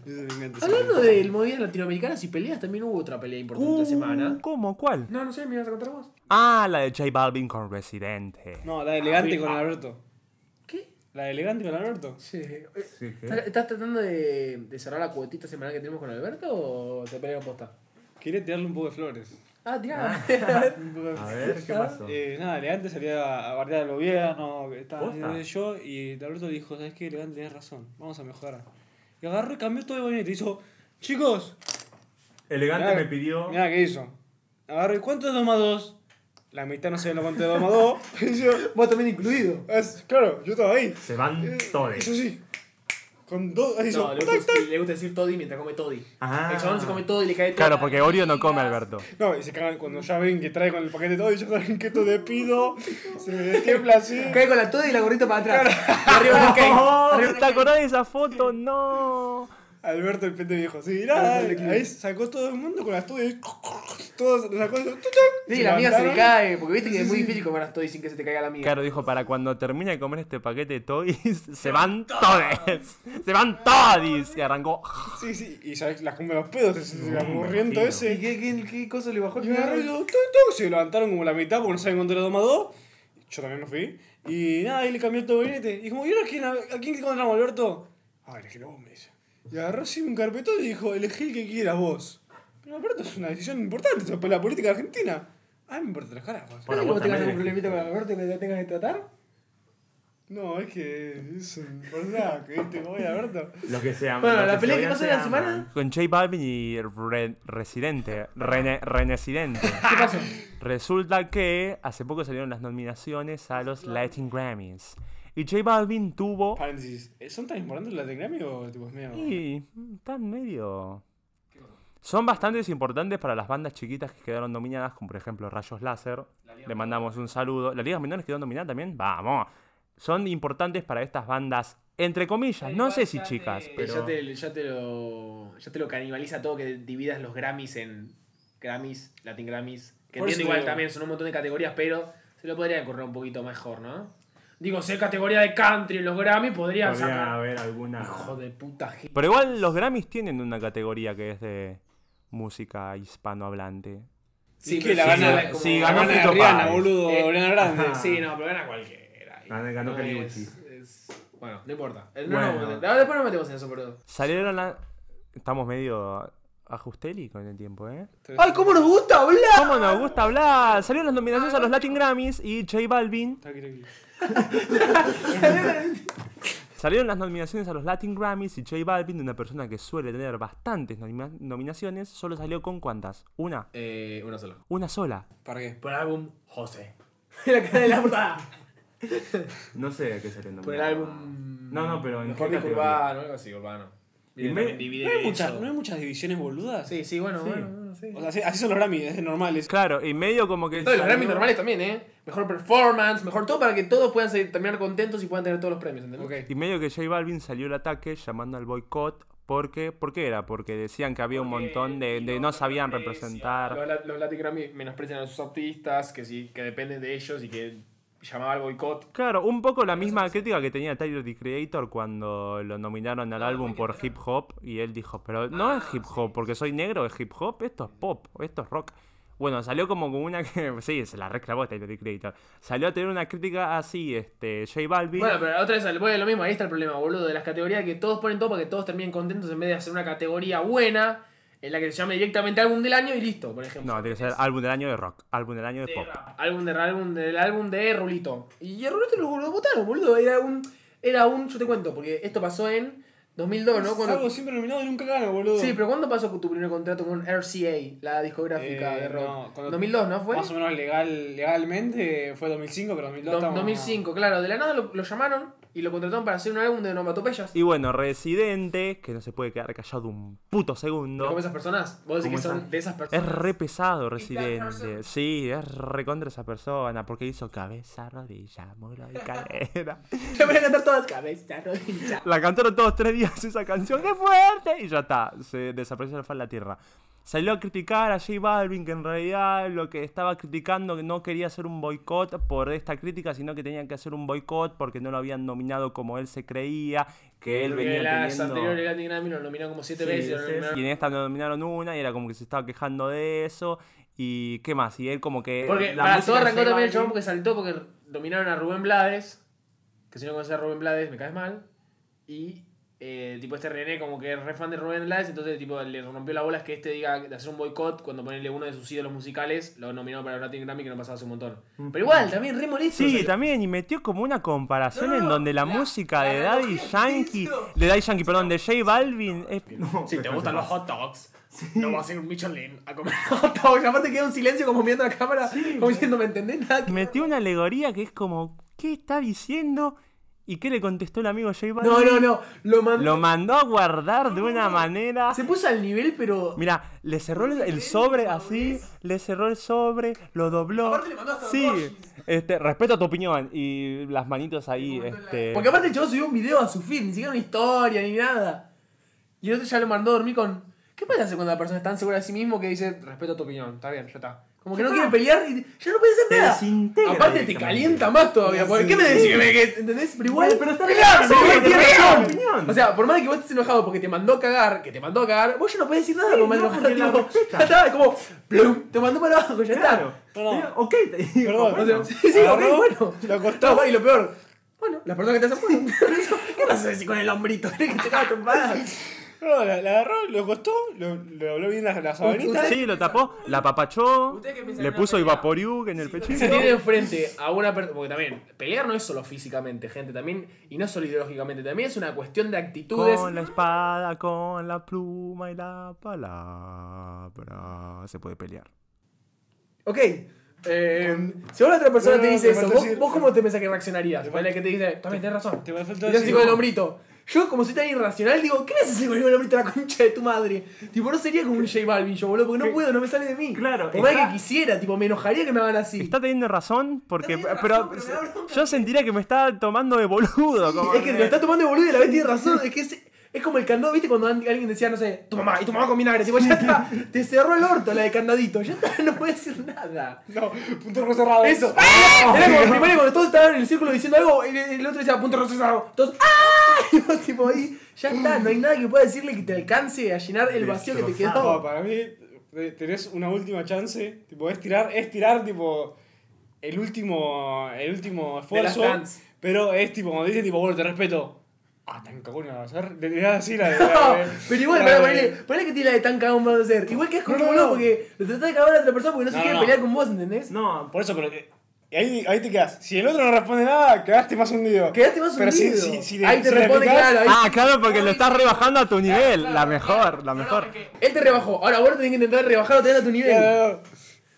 Speaker 2: Eso me encanta. esa
Speaker 3: Hablando
Speaker 2: película.
Speaker 3: de movidas latinoamericanas y peleas, también hubo otra pelea importante
Speaker 1: Uh.
Speaker 3: la semana.
Speaker 1: ¿Cómo? ¿Cuál?
Speaker 3: No, no sé, me ibas a contar vos.
Speaker 1: Ah, la de J Balvin con Residente.
Speaker 2: No, la de
Speaker 3: Ah,
Speaker 2: elegante con Alberto.
Speaker 3: ¿Qué?
Speaker 2: La de elegante con Alberto.
Speaker 3: Sí. eh, ¿Estás estás tratando de, de cerrar la cuotita semanal que tenemos con Alberto o te pelearon posta?
Speaker 2: Quería tirarle un poco de flores.
Speaker 3: Ah, tía.
Speaker 2: Un poco de
Speaker 4: A ver,
Speaker 3: Ah.
Speaker 4: ¿qué pasó?
Speaker 2: Eh, nada, Elegante salía a bardear al gobierno, que estaba
Speaker 4: ¿Posta?
Speaker 2: haciendo yo, y Alberto le dijo, ¿sabes qué? Elegante tenés razón, vamos a mejorar. Y agarró y cambió todo el gabinete, hizo, chicos,
Speaker 1: Elegante
Speaker 2: me
Speaker 1: pidió.
Speaker 2: mirá qué hizo. Agarró, ¿y cuánto es 2 más 2? La mitad no sabía lo cuánto es 2 más 2. Y yo,
Speaker 3: Vos también incluido.
Speaker 2: "Es- claro, yo estaba ahí.
Speaker 4: Se van todos.
Speaker 2: Eso sí, con dos, hizo,
Speaker 3: No, le
Speaker 2: tac,
Speaker 3: gusta,
Speaker 2: tac.
Speaker 3: le gusta decir Toddy mientras come Toddy.
Speaker 4: Ah.
Speaker 3: El chabón se come Toddy y le cae todo.
Speaker 1: Claro, porque Oreo no come Alberto.
Speaker 2: No, y se cagan cuando ya ven que trae con el paquete todo, y ya saben que esto de pido, se me tiembla así.
Speaker 3: Cae con la Toddy y la gorrita para atrás. Y arriba no cae.
Speaker 1: Oh,
Speaker 3: Arriba no
Speaker 1: ¿Te
Speaker 3: cae.
Speaker 1: acordás de esa foto? No.
Speaker 2: Alberto el pente viejo. Sí, mirá, ahí sacó todo el mundo con las tuyas. Todos lo sacó. tuc, tuc,
Speaker 3: Sí, la mía se le
Speaker 2: levantaron.
Speaker 3: cae, porque viste que es muy difícil comer las toys sin que se te caiga la mía.
Speaker 1: Claro, dijo, para cuando termine de comer este paquete de toys, se van todes. Se van todis. Y arrancó.
Speaker 2: Sí, sí, y sabes, las come los pedos, ese
Speaker 4: Mm,
Speaker 2: aburriendo
Speaker 4: imagino.
Speaker 3: ¿Y
Speaker 2: ese.
Speaker 3: qué, qué, qué cosa le bajó el
Speaker 2: Y me agarré y
Speaker 3: final?
Speaker 2: lo- tuc, tuc, se levantaron como la mitad porque no saben cuánto era domado. Yo también me fui. Y nada, ahí le cambió todo el gabinete. Y como, ¿y ahora quién, a, a quién encontramos, Alberto? Ah, elegilo vos, me dice. Y agarró así un carpetón y dijo, elegí el que quieras vos. Pero Alberto es una decisión importante sobre la política argentina. Ah, me importa tres caras. vos.
Speaker 4: Bueno,
Speaker 3: ¿Vos
Speaker 4: vos
Speaker 3: tengas
Speaker 4: también
Speaker 3: algún problemita con Alberto que te tengas que tratar?
Speaker 2: No, es que es un personaje, ¿viste? Como voy, Alberto.
Speaker 4: Lo que sea.
Speaker 3: Bueno,
Speaker 4: lo
Speaker 3: la
Speaker 4: se
Speaker 3: pelea que
Speaker 4: odian
Speaker 3: pasó
Speaker 4: se
Speaker 3: en la
Speaker 4: aman.
Speaker 3: semana.
Speaker 1: Con J Balvin y Re- Residente. Rene- Renesidente.
Speaker 3: ¿Qué pasó?
Speaker 1: Resulta que hace poco salieron las nominaciones a los Latin Grammys. Y J Balvin tuvo.
Speaker 2: Paréntesis, Eh, ¿son tan importantes las de Grammy o tipo es medio?
Speaker 1: Y. tan medio. Son bastantes importantes para las bandas chiquitas que quedaron nominadas, como por ejemplo Rayos Láser. Le mandamos un saludo. ¿Las ligas menores quedaron nominadas también? Vamos. Son importantes para estas bandas, entre comillas, no sé si chicas.
Speaker 3: Pero... Eh, Ya, te, ya, te lo, ya te lo canibaliza todo que dividas los Grammys en Grammys, Latin Grammys. Que
Speaker 2: Por eso
Speaker 3: entiendo igual
Speaker 2: digo.
Speaker 3: también, son un montón de categorías, pero se lo podrían correr un poquito mejor, ¿no? Digo, si hay categoría de country en los Grammys, podrían
Speaker 4: Podría
Speaker 3: sacar.
Speaker 4: haber alguna.
Speaker 3: Hijo de puta Gil.
Speaker 1: Pero igual los Grammys tienen una categoría que es de música hispanohablante.
Speaker 2: Sí,
Speaker 3: pero
Speaker 2: que la
Speaker 3: sí,
Speaker 2: gana,
Speaker 3: es como-
Speaker 1: sí,
Speaker 2: la
Speaker 1: ganó
Speaker 2: gana de
Speaker 1: Fito
Speaker 2: Rihanna,
Speaker 1: Páez.
Speaker 2: boludo, Ah.
Speaker 3: Eh,
Speaker 2: Rihanna Grande.
Speaker 4: ajá.
Speaker 3: Sí, no, pero gana cualquiera.
Speaker 4: Gana- ganó
Speaker 3: No
Speaker 4: Kanye
Speaker 3: es-
Speaker 4: West.
Speaker 3: es- Bueno, no importa. Eh, No,
Speaker 4: Bueno.
Speaker 3: no, no, después nos metemos en eso, pero.
Speaker 1: Salieron la... Estamos medio ajusteli con el tiempo, ¿eh?
Speaker 3: ¡Ay, cómo nos gusta hablar! Ah,
Speaker 1: ¿Cómo nos gusta hablar? Salieron las nominaciones a los Latin Grammys y J Balvin.
Speaker 2: Tranqui, tranqui.
Speaker 1: Salieron las nominaciones a los Latin Grammys y J Balvin, una persona que suele tener bastantes nomina- nominaciones, solo salió con cuántas? Una.
Speaker 3: Eh, una sola.
Speaker 1: Una sola.
Speaker 2: ¿Para qué?
Speaker 3: Por el álbum José. la cara de la portada.
Speaker 4: No sé a qué saliendo.
Speaker 3: Por el álbum.
Speaker 4: No, no, pero en
Speaker 3: Mejor
Speaker 4: qué
Speaker 3: disco
Speaker 4: categoría.
Speaker 3: urbano, algo así, urbano.
Speaker 4: Y me-
Speaker 3: Directamente divide
Speaker 2: ¿No hay,
Speaker 3: eso.
Speaker 2: muchas, ¿No hay muchas divisiones boludas?
Speaker 3: Sí, sí, bueno,
Speaker 4: Sí.
Speaker 3: bueno, bueno, sí.
Speaker 2: O sea, así, así son los Grammy, es normal. Es...
Speaker 1: Claro, y medio como que.
Speaker 3: Todos los Grammys normales también, ¿eh? Mejor performance, mejor todo para que todos puedan salir- terminar contentos y puedan tener todos los premios, ¿entendés?
Speaker 2: Ok.
Speaker 1: Y medio que J Balvin salió al ataque llamando al boicot. Porque, ¿Por qué era? Porque decían que había un
Speaker 3: Porque
Speaker 1: montón de, de no sabían representar.
Speaker 3: Los, la- los Latin Grammy menosprecian a sus artistas, que sí, que dependen de ellos y que llamaba al boicot.
Speaker 1: Claro, un poco la misma crítica que tenía Tyler the Creator cuando lo nominaron
Speaker 3: Ah,
Speaker 1: al álbum por hip hop y él dijo, pero no es hip hop, porque soy negro, es hip hop, esto es pop, esto es rock. Bueno, salió como con una que. Sí, se la reclamó Tyler the Creator. Salió a tener una crítica así, este, J Balvin.
Speaker 3: Bueno, pero otra vez voy a lo mismo, ahí está el problema, boludo, de las categorías que todos ponen todo para que todos terminen contentos en vez de hacer una categoría buena en la que se llame directamente álbum del año y listo, por ejemplo.
Speaker 1: no, tiene que ser álbum del año de rock, álbum del año de pop.
Speaker 3: Álbum de álbum del álbum de Rulito. Y a Rulito lo, lo votaron, boludo. Era un. Era un. Yo te cuento, porque esto pasó en 2002, ¿no?
Speaker 2: Es
Speaker 3: Cuando-
Speaker 2: algo siempre nominado y nunca gana, boludo.
Speaker 3: Sí, pero ¿cuándo pasó tu primer contrato con RCA, la discográfica
Speaker 2: Eh,
Speaker 3: de rock?
Speaker 2: no, cuando-
Speaker 3: 2002, ¿no fue?
Speaker 2: Más o menos legal, legalmente fue 2005, pero 2002
Speaker 3: Do-
Speaker 2: estamos-
Speaker 3: 2005, claro. De la nada lo, lo llamaron y lo contrataron para hacer un álbum de onomatopeyas.
Speaker 1: Y bueno, Residente, que no se puede quedar callado un puto segundo.
Speaker 3: ¿Cómo esas personas? Vos decís
Speaker 4: ¿Cómo
Speaker 3: que son
Speaker 4: están?
Speaker 3: de esas
Speaker 1: Es
Speaker 3: personas.
Speaker 1: re pesado
Speaker 3: person.
Speaker 1: Residente. Sí, es re contra esa persona porque hizo cabeza, rodilla, muro y cadera.
Speaker 3: Te voy a cantar todas cabeza, rodilla.
Speaker 1: La cantaron todos tres días esa canción, ¡qué fuerte! Y ya está, se desapareció la faz de la tierra. Salió a criticar a J Balvin, que en realidad lo que estaba criticando que no quería hacer un boicot por esta crítica, sino que tenían que hacer un boicot porque no lo habían nominado como él se creía, que él
Speaker 3: Porque
Speaker 1: venía
Speaker 3: las
Speaker 1: teniendo...
Speaker 3: anteriores Latin Grammy lo nominaron como 7
Speaker 4: Sí,
Speaker 3: veces. lo
Speaker 4: sí, sí.
Speaker 3: nominaron-
Speaker 1: Y en esta lo nominaron una y era como que se estaba quejando de eso. ¿Y qué más? Y él como que...
Speaker 3: Porque
Speaker 1: la
Speaker 3: para
Speaker 1: música
Speaker 3: todo
Speaker 1: de
Speaker 3: arrancó
Speaker 1: J
Speaker 3: también el
Speaker 1: Balvin-
Speaker 3: chabón porque saltó porque dominaron a Rubén Blades. Que si no conoces a Rubén Blades, me caes mal. Y eh, tipo este René como que es re fan de Rubén Blades, entonces tipo le rompió la bola es que este diga de hacer un boicot cuando ponerle uno de sus ídolos musicales, lo nominó para el Latin Grammy que no pasaba hace un montón. Pero igual, también re molesto.
Speaker 1: Mm. Sí,
Speaker 3: o sea,
Speaker 1: también, y metió como una comparación
Speaker 3: No, no,
Speaker 1: en
Speaker 3: no,
Speaker 1: donde la,
Speaker 3: la-
Speaker 1: música
Speaker 3: la
Speaker 1: de Daddy
Speaker 3: analogía que
Speaker 1: Yankee,
Speaker 3: hizo.
Speaker 1: de Daddy Yankee, perdón, de J Balvin, es-
Speaker 4: No,
Speaker 3: Si te
Speaker 4: pero
Speaker 3: gustan
Speaker 4: no
Speaker 3: los hot dogs, no vas a ir un Michelin a comer hot dogs. Aparte queda un silencio como viendo la cámara, como diciendo, ¿me entendés? Nada que
Speaker 1: metió una alegoría que es como, ¿qué está diciendo? ¿Y qué le contestó el amigo J Balvin?
Speaker 3: No, no, no. Lo mandó.
Speaker 1: Lo mandó a guardar de una manera...
Speaker 3: Se puso al nivel, pero.
Speaker 1: Mira, le cerró el, el sobre así, le cerró el sobre, lo dobló.
Speaker 3: Aparte le mandó hasta
Speaker 1: Sí,
Speaker 3: emojis.
Speaker 1: este, respeto a tu opinión y las manitos ahí, este.
Speaker 3: Porque aparte el chavo subió un video a su feed, ni siquiera una historia, ni nada. Y el otro ya lo mandó a dormir con. ¿Qué pasa cuando la persona es tan segura de sí mismo que dice, respeto tu opinión, está bien, ya está? Como que no quiere pelear y ya no puede
Speaker 1: Te
Speaker 3: hacer nada.
Speaker 1: desintegra
Speaker 3: Aparte te
Speaker 1: directamente.
Speaker 3: calienta más todavía. Porque, ¿Qué me decís? que me- que- ¿Entendés? Pero igual.
Speaker 1: Bueno, pero está
Speaker 3: ¡Pelá!
Speaker 1: bien,
Speaker 3: ¡Seguro
Speaker 1: pero
Speaker 3: tiene
Speaker 1: pelea,
Speaker 3: razón!
Speaker 1: opinión.
Speaker 3: O sea, por más que vos estés enojado porque te mandó a cagar, que te mandó a cagar, vos ya no podés decir nada
Speaker 1: Sí,
Speaker 3: porque
Speaker 1: no,
Speaker 3: mandó
Speaker 1: porque la
Speaker 3: tipo,
Speaker 1: respeta.
Speaker 3: ya está, como. plum, Te mandó para abajo, ya está.
Speaker 1: Claro.
Speaker 2: No, no.
Speaker 1: Eh, Ok, te digo,
Speaker 2: Perdón,
Speaker 1: bueno.
Speaker 3: O sea, sí, sí, ok,
Speaker 2: Agarró,
Speaker 3: bueno.
Speaker 2: lo cortó.
Speaker 3: No, y lo peor. Bueno, las personas que te hacen bueno. ¿Qué vas a decir con el hombrito? ¿Crees que te cagas trompadas?
Speaker 2: No, la, la agarró, lo costó, lo, lo habló bien la, la sabanita.
Speaker 1: Sí, lo tapó, la papachó,
Speaker 5: ¿Ustedes qué piensan de
Speaker 1: le
Speaker 5: una
Speaker 1: puso
Speaker 5: pelea?
Speaker 1: Ivaporiug en el
Speaker 5: Sí,
Speaker 1: pechito.
Speaker 3: Se tiene enfrente a una persona. Porque también, pelear no es solo físicamente, gente, también. Y no solo ideológicamente, también es una cuestión de actitudes.
Speaker 1: Con la espada, con la pluma y la palabra se puede pelear.
Speaker 3: Ok. Eh, si ahora otra persona
Speaker 2: No,
Speaker 3: te
Speaker 2: no,
Speaker 3: dice
Speaker 2: te
Speaker 3: eso,
Speaker 2: faltó
Speaker 3: ¿vos,
Speaker 2: decir-
Speaker 3: vos cómo te pensás que reaccionarías?
Speaker 2: Te
Speaker 3: Ponele que te dice, también tenés razón.
Speaker 2: Te va a
Speaker 3: Y
Speaker 2: faltar
Speaker 3: yo así
Speaker 2: decir-
Speaker 3: con el hombrito. Yo, como soy tan irracional, digo, ¿qué me haces con el hombrito a la concha de tu madre? Tipo, no sería como un J Balvin yo, boludo, porque no puedo, no me sale de mí.
Speaker 1: Claro,
Speaker 3: Por más
Speaker 1: está-
Speaker 3: que quisiera, tipo, me enojaría que me hagan así.
Speaker 1: Está teniendo razón, porque.
Speaker 5: Está teniendo
Speaker 1: pero,
Speaker 5: razón, pero me da bronca.
Speaker 1: yo sentiría que me está tomando de boludo. como-
Speaker 3: Es que lo está tomando de boludo y la vez tiene razón. Es que es, es como el candado, ¿viste? Cuando an- alguien decía, no sé, tu mamá, y tu mamá con vinagre. Tipo, ya está, te cerró el orto la de candadito. Ya está, no puede decir nada.
Speaker 2: No, punto rojo cerrado.
Speaker 3: Eso. Era como primaria cuando todos estaban en el círculo diciendo algo, el, el otro decía punto rosa cerrado. Todos ¡ah! Y vos tipo ahí, ya está, no hay nada que pueda decirle que te alcance a llenar el vacío que te
Speaker 2: No,
Speaker 3: quedó.
Speaker 2: para mí te- tenés una última chance. Tipo, es tirar, es tirar tipo el último. El último esfuerzo.
Speaker 3: Last Dance.
Speaker 2: Pero es tipo, cuando dicen tipo, bueno, te respeto. Ah, tan cagón a hacer. Te tirás así la de.
Speaker 3: No,
Speaker 2: la de-
Speaker 3: pero igual,
Speaker 2: la
Speaker 3: pará,
Speaker 2: de-
Speaker 3: ponele, ponele que tiene la de tan cagón vas a hacer. Igual que es como
Speaker 2: No, no,
Speaker 3: boludo
Speaker 2: no.
Speaker 3: porque lo tratás de cagar a otra persona porque no se
Speaker 2: No,
Speaker 3: quiere
Speaker 2: no.
Speaker 3: pelear con vos, ¿entendés?
Speaker 4: No,
Speaker 2: Por eso, pero. eh, y ahí, ahí te quedas. Si el otro no responde nada, quedaste más hundido.
Speaker 3: Quedaste más
Speaker 2: Pero si-
Speaker 3: hundido.
Speaker 2: si- si le-
Speaker 3: ahí te
Speaker 2: si le
Speaker 3: responde,
Speaker 2: picás-
Speaker 3: claro. Ahí,
Speaker 1: Ah, claro, porque lo estás rebajando a tu nivel. la
Speaker 5: Claro,
Speaker 1: mejor, la
Speaker 5: claro. No, no,
Speaker 1: mejor.
Speaker 5: es que-
Speaker 3: Él te rebajó. Ahora vos lo tenés que intentar rebajar o tener a tu nivel.
Speaker 2: Claro,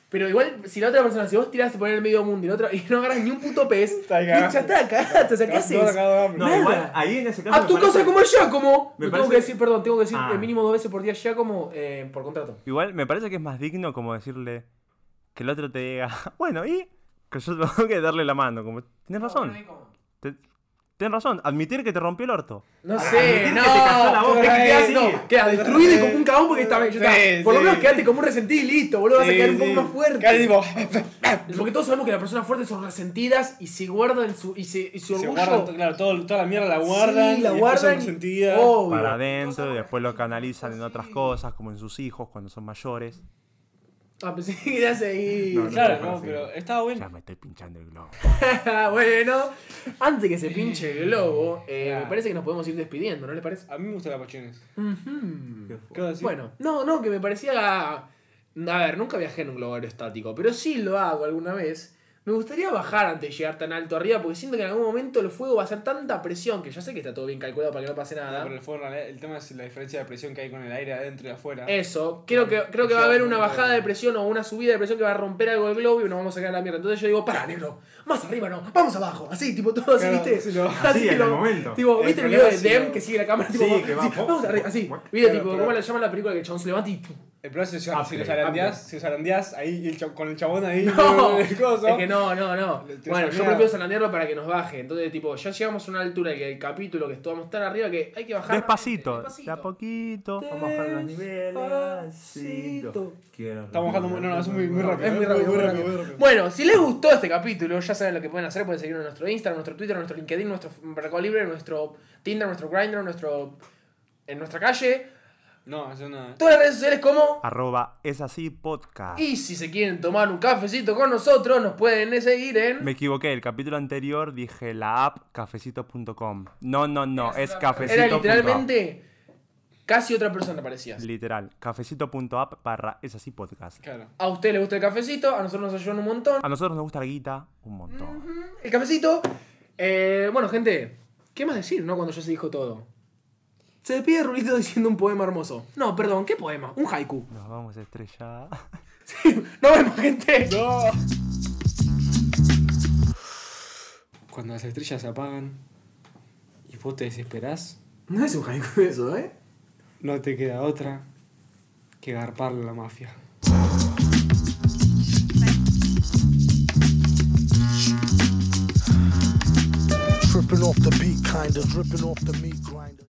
Speaker 3: Pero igual, si la otra persona, si vos tirás y poner el medio mundo y, la otra, y no agarras ni un puto pez,
Speaker 2: Te
Speaker 3: ya
Speaker 2: cagaste.
Speaker 3: está, cagaste. O sea, ¿qué
Speaker 2: Cagaste
Speaker 3: haces?
Speaker 2: todo, cagado de hambre.
Speaker 4: no,
Speaker 3: Nada.
Speaker 4: igual ahí en ese caso.
Speaker 3: Haz
Speaker 4: me
Speaker 3: tu
Speaker 4: parece-
Speaker 3: cosa como ya, como.
Speaker 4: me
Speaker 3: Lo tengo
Speaker 4: parece-
Speaker 3: que decir, perdón, tengo que decir
Speaker 4: Ah.
Speaker 3: el mínimo dos veces por día ya como eh, por contrato.
Speaker 1: Igual me parece que es más digno como decirle que el otro te diga, bueno, y que yo tengo que darle la mano. Como, tienes
Speaker 5: No,
Speaker 1: razón,
Speaker 5: no, no,
Speaker 1: te- tienes razón, admitir que te rompió el orto.
Speaker 3: No
Speaker 4: Ah, admitir
Speaker 3: sé,
Speaker 4: que
Speaker 3: no.
Speaker 4: te cayó la boca,
Speaker 3: es que
Speaker 2: eh,
Speaker 3: quedás-
Speaker 2: sí.
Speaker 3: no, quedás destruido y como un cagón porque está bien. ya está.
Speaker 2: Sí,
Speaker 3: por lo
Speaker 2: sí.
Speaker 3: menos quedaste como un resentido y listo, boludo. Vas a
Speaker 2: Sí,
Speaker 3: quedar un poco
Speaker 2: sí.
Speaker 3: más
Speaker 2: Quedaste
Speaker 3: fuerte.
Speaker 2: tipo.
Speaker 3: Porque todos sabemos que las personas fuertes son resentidas y se guardan su, y se, y su
Speaker 2: Se
Speaker 3: orgullo.
Speaker 2: guardan, claro, todo- toda la mierda la guardan.
Speaker 3: sí,
Speaker 2: y
Speaker 3: la
Speaker 2: después
Speaker 3: guardan. Oh.
Speaker 2: son resentidas.
Speaker 3: obvio.
Speaker 1: Para adentro y después lo canalizan en
Speaker 5: así.
Speaker 1: otras cosas, como en sus hijos cuando son mayores.
Speaker 3: Ah, pensé que querías seguir.
Speaker 4: No, no.
Speaker 2: Claro,
Speaker 4: para
Speaker 2: no,
Speaker 4: sí.
Speaker 2: pero estaba
Speaker 1: Ya
Speaker 2: bueno.
Speaker 1: me estoy pinchando el globo.
Speaker 3: Ah, bueno, antes que se pinche el globo, eh,
Speaker 2: Claro.
Speaker 3: me parece que nos podemos ir despidiendo, ¿no les parece?
Speaker 2: A mí me gustan las pachones.
Speaker 3: Ujú.
Speaker 4: Qué fu-
Speaker 2: Hmm. ¿Qué vas a decir?
Speaker 3: Bueno, no, no, que me parecía. A ver, nunca viajé en un globo aerostático, pero sí lo hago alguna vez. Me gustaría bajar antes de llegar tan alto arriba, porque siento que en algún momento el fuego va a hacer tanta presión, que ya sé que está todo bien calculado para que no pase
Speaker 2: No,
Speaker 3: nada.
Speaker 2: pero el, fuego, en realidad, el tema es la diferencia de presión que hay con el aire adentro y afuera.
Speaker 3: Eso, creo que, creo que va a haber una bajada de presión o una subida de presión que va a romper algo del globo y nos vamos a caer a la mierda. Entonces yo digo, para, negro, más arriba no, vamos abajo. Así, tipo, todo así,
Speaker 2: Claro,
Speaker 3: ¿viste?
Speaker 2: sí, lo-
Speaker 4: así, en el momento.
Speaker 3: Tipo,
Speaker 2: El
Speaker 3: ¿viste el video
Speaker 2: problema
Speaker 3: de
Speaker 2: es si
Speaker 3: Dem
Speaker 2: lo-
Speaker 3: que sigue la cámara? Tipo,
Speaker 4: Sí, que va,
Speaker 3: sí,
Speaker 4: pop,
Speaker 3: vamos arriba, así.
Speaker 4: pop,
Speaker 3: Viste,
Speaker 2: claro,
Speaker 3: tipo,
Speaker 2: pero-
Speaker 3: ¿cómo le llaman la película que el chabón se levanta y... pum?
Speaker 2: El problema es si, si
Speaker 3: Ah,
Speaker 4: Upgrade,
Speaker 2: los arandeás, si los arandeás ahí y el chabón- con el chabón ahí
Speaker 3: No,
Speaker 2: el coso.
Speaker 3: es que no, no, no.
Speaker 2: Le tirás la
Speaker 3: Bueno, yo
Speaker 2: mierda.
Speaker 3: prefiero salandearlo para que nos baje. Entonces, tipo, ya llegamos a una altura que el capítulo que estamos tan arriba que hay que bajar.
Speaker 2: eh,
Speaker 1: Despacito, de a
Speaker 5: Despacito.
Speaker 1: poquito.
Speaker 4: Vamos bajando los niveles.
Speaker 2: Estamos bajando muy. No, no, es muy, muy rápido.
Speaker 3: Es muy rápido, muy rápido. Bueno, si les gustó este capítulo, ya saben lo que pueden hacer. Pueden seguirnos en nuestro Instagram, nuestro Twitter, nuestro LinkedIn, nuestro Mercado Libre, nuestro Tinder, nuestro Grindr, nuestro... En nuestra calle.
Speaker 2: No, eso no. ¿eh?
Speaker 3: Todas las redes sociales como...
Speaker 1: Arroba es así podcast.
Speaker 3: Y si se quieren tomar un cafecito con nosotros, nos pueden seguir en...
Speaker 1: Me equivoqué, el capítulo anterior dije la app cafecito.com. No, no, no,
Speaker 5: Era
Speaker 1: es
Speaker 5: una-
Speaker 1: cafecito.
Speaker 3: Era
Speaker 1: punto app.
Speaker 3: literalmente... Casi otra persona parecías.
Speaker 1: Literal, cafecito.app barra es así podcast.
Speaker 2: Claro.
Speaker 3: A usted le gusta el cafecito, a nosotros nos ayudan un montón.
Speaker 1: A nosotros nos gusta la guita un montón.
Speaker 3: El cafecito. eh, bueno, gente, ¿qué más decir, no? Cuando ya se dijo todo. Se despide Rulito diciendo un poema hermoso. No, perdón, ¿qué poema? Un haiku.
Speaker 1: Nos vamos a estrellar.
Speaker 3: Nos vemos, gente.
Speaker 2: Cuando las estrellas se apagan y vos te desesperás,
Speaker 3: No es un haiku eso, ¿eh?
Speaker 2: no te queda otra que garparle a la mafia.
Speaker 6: Tripping off the beat, kinda dripping off the meat grinder.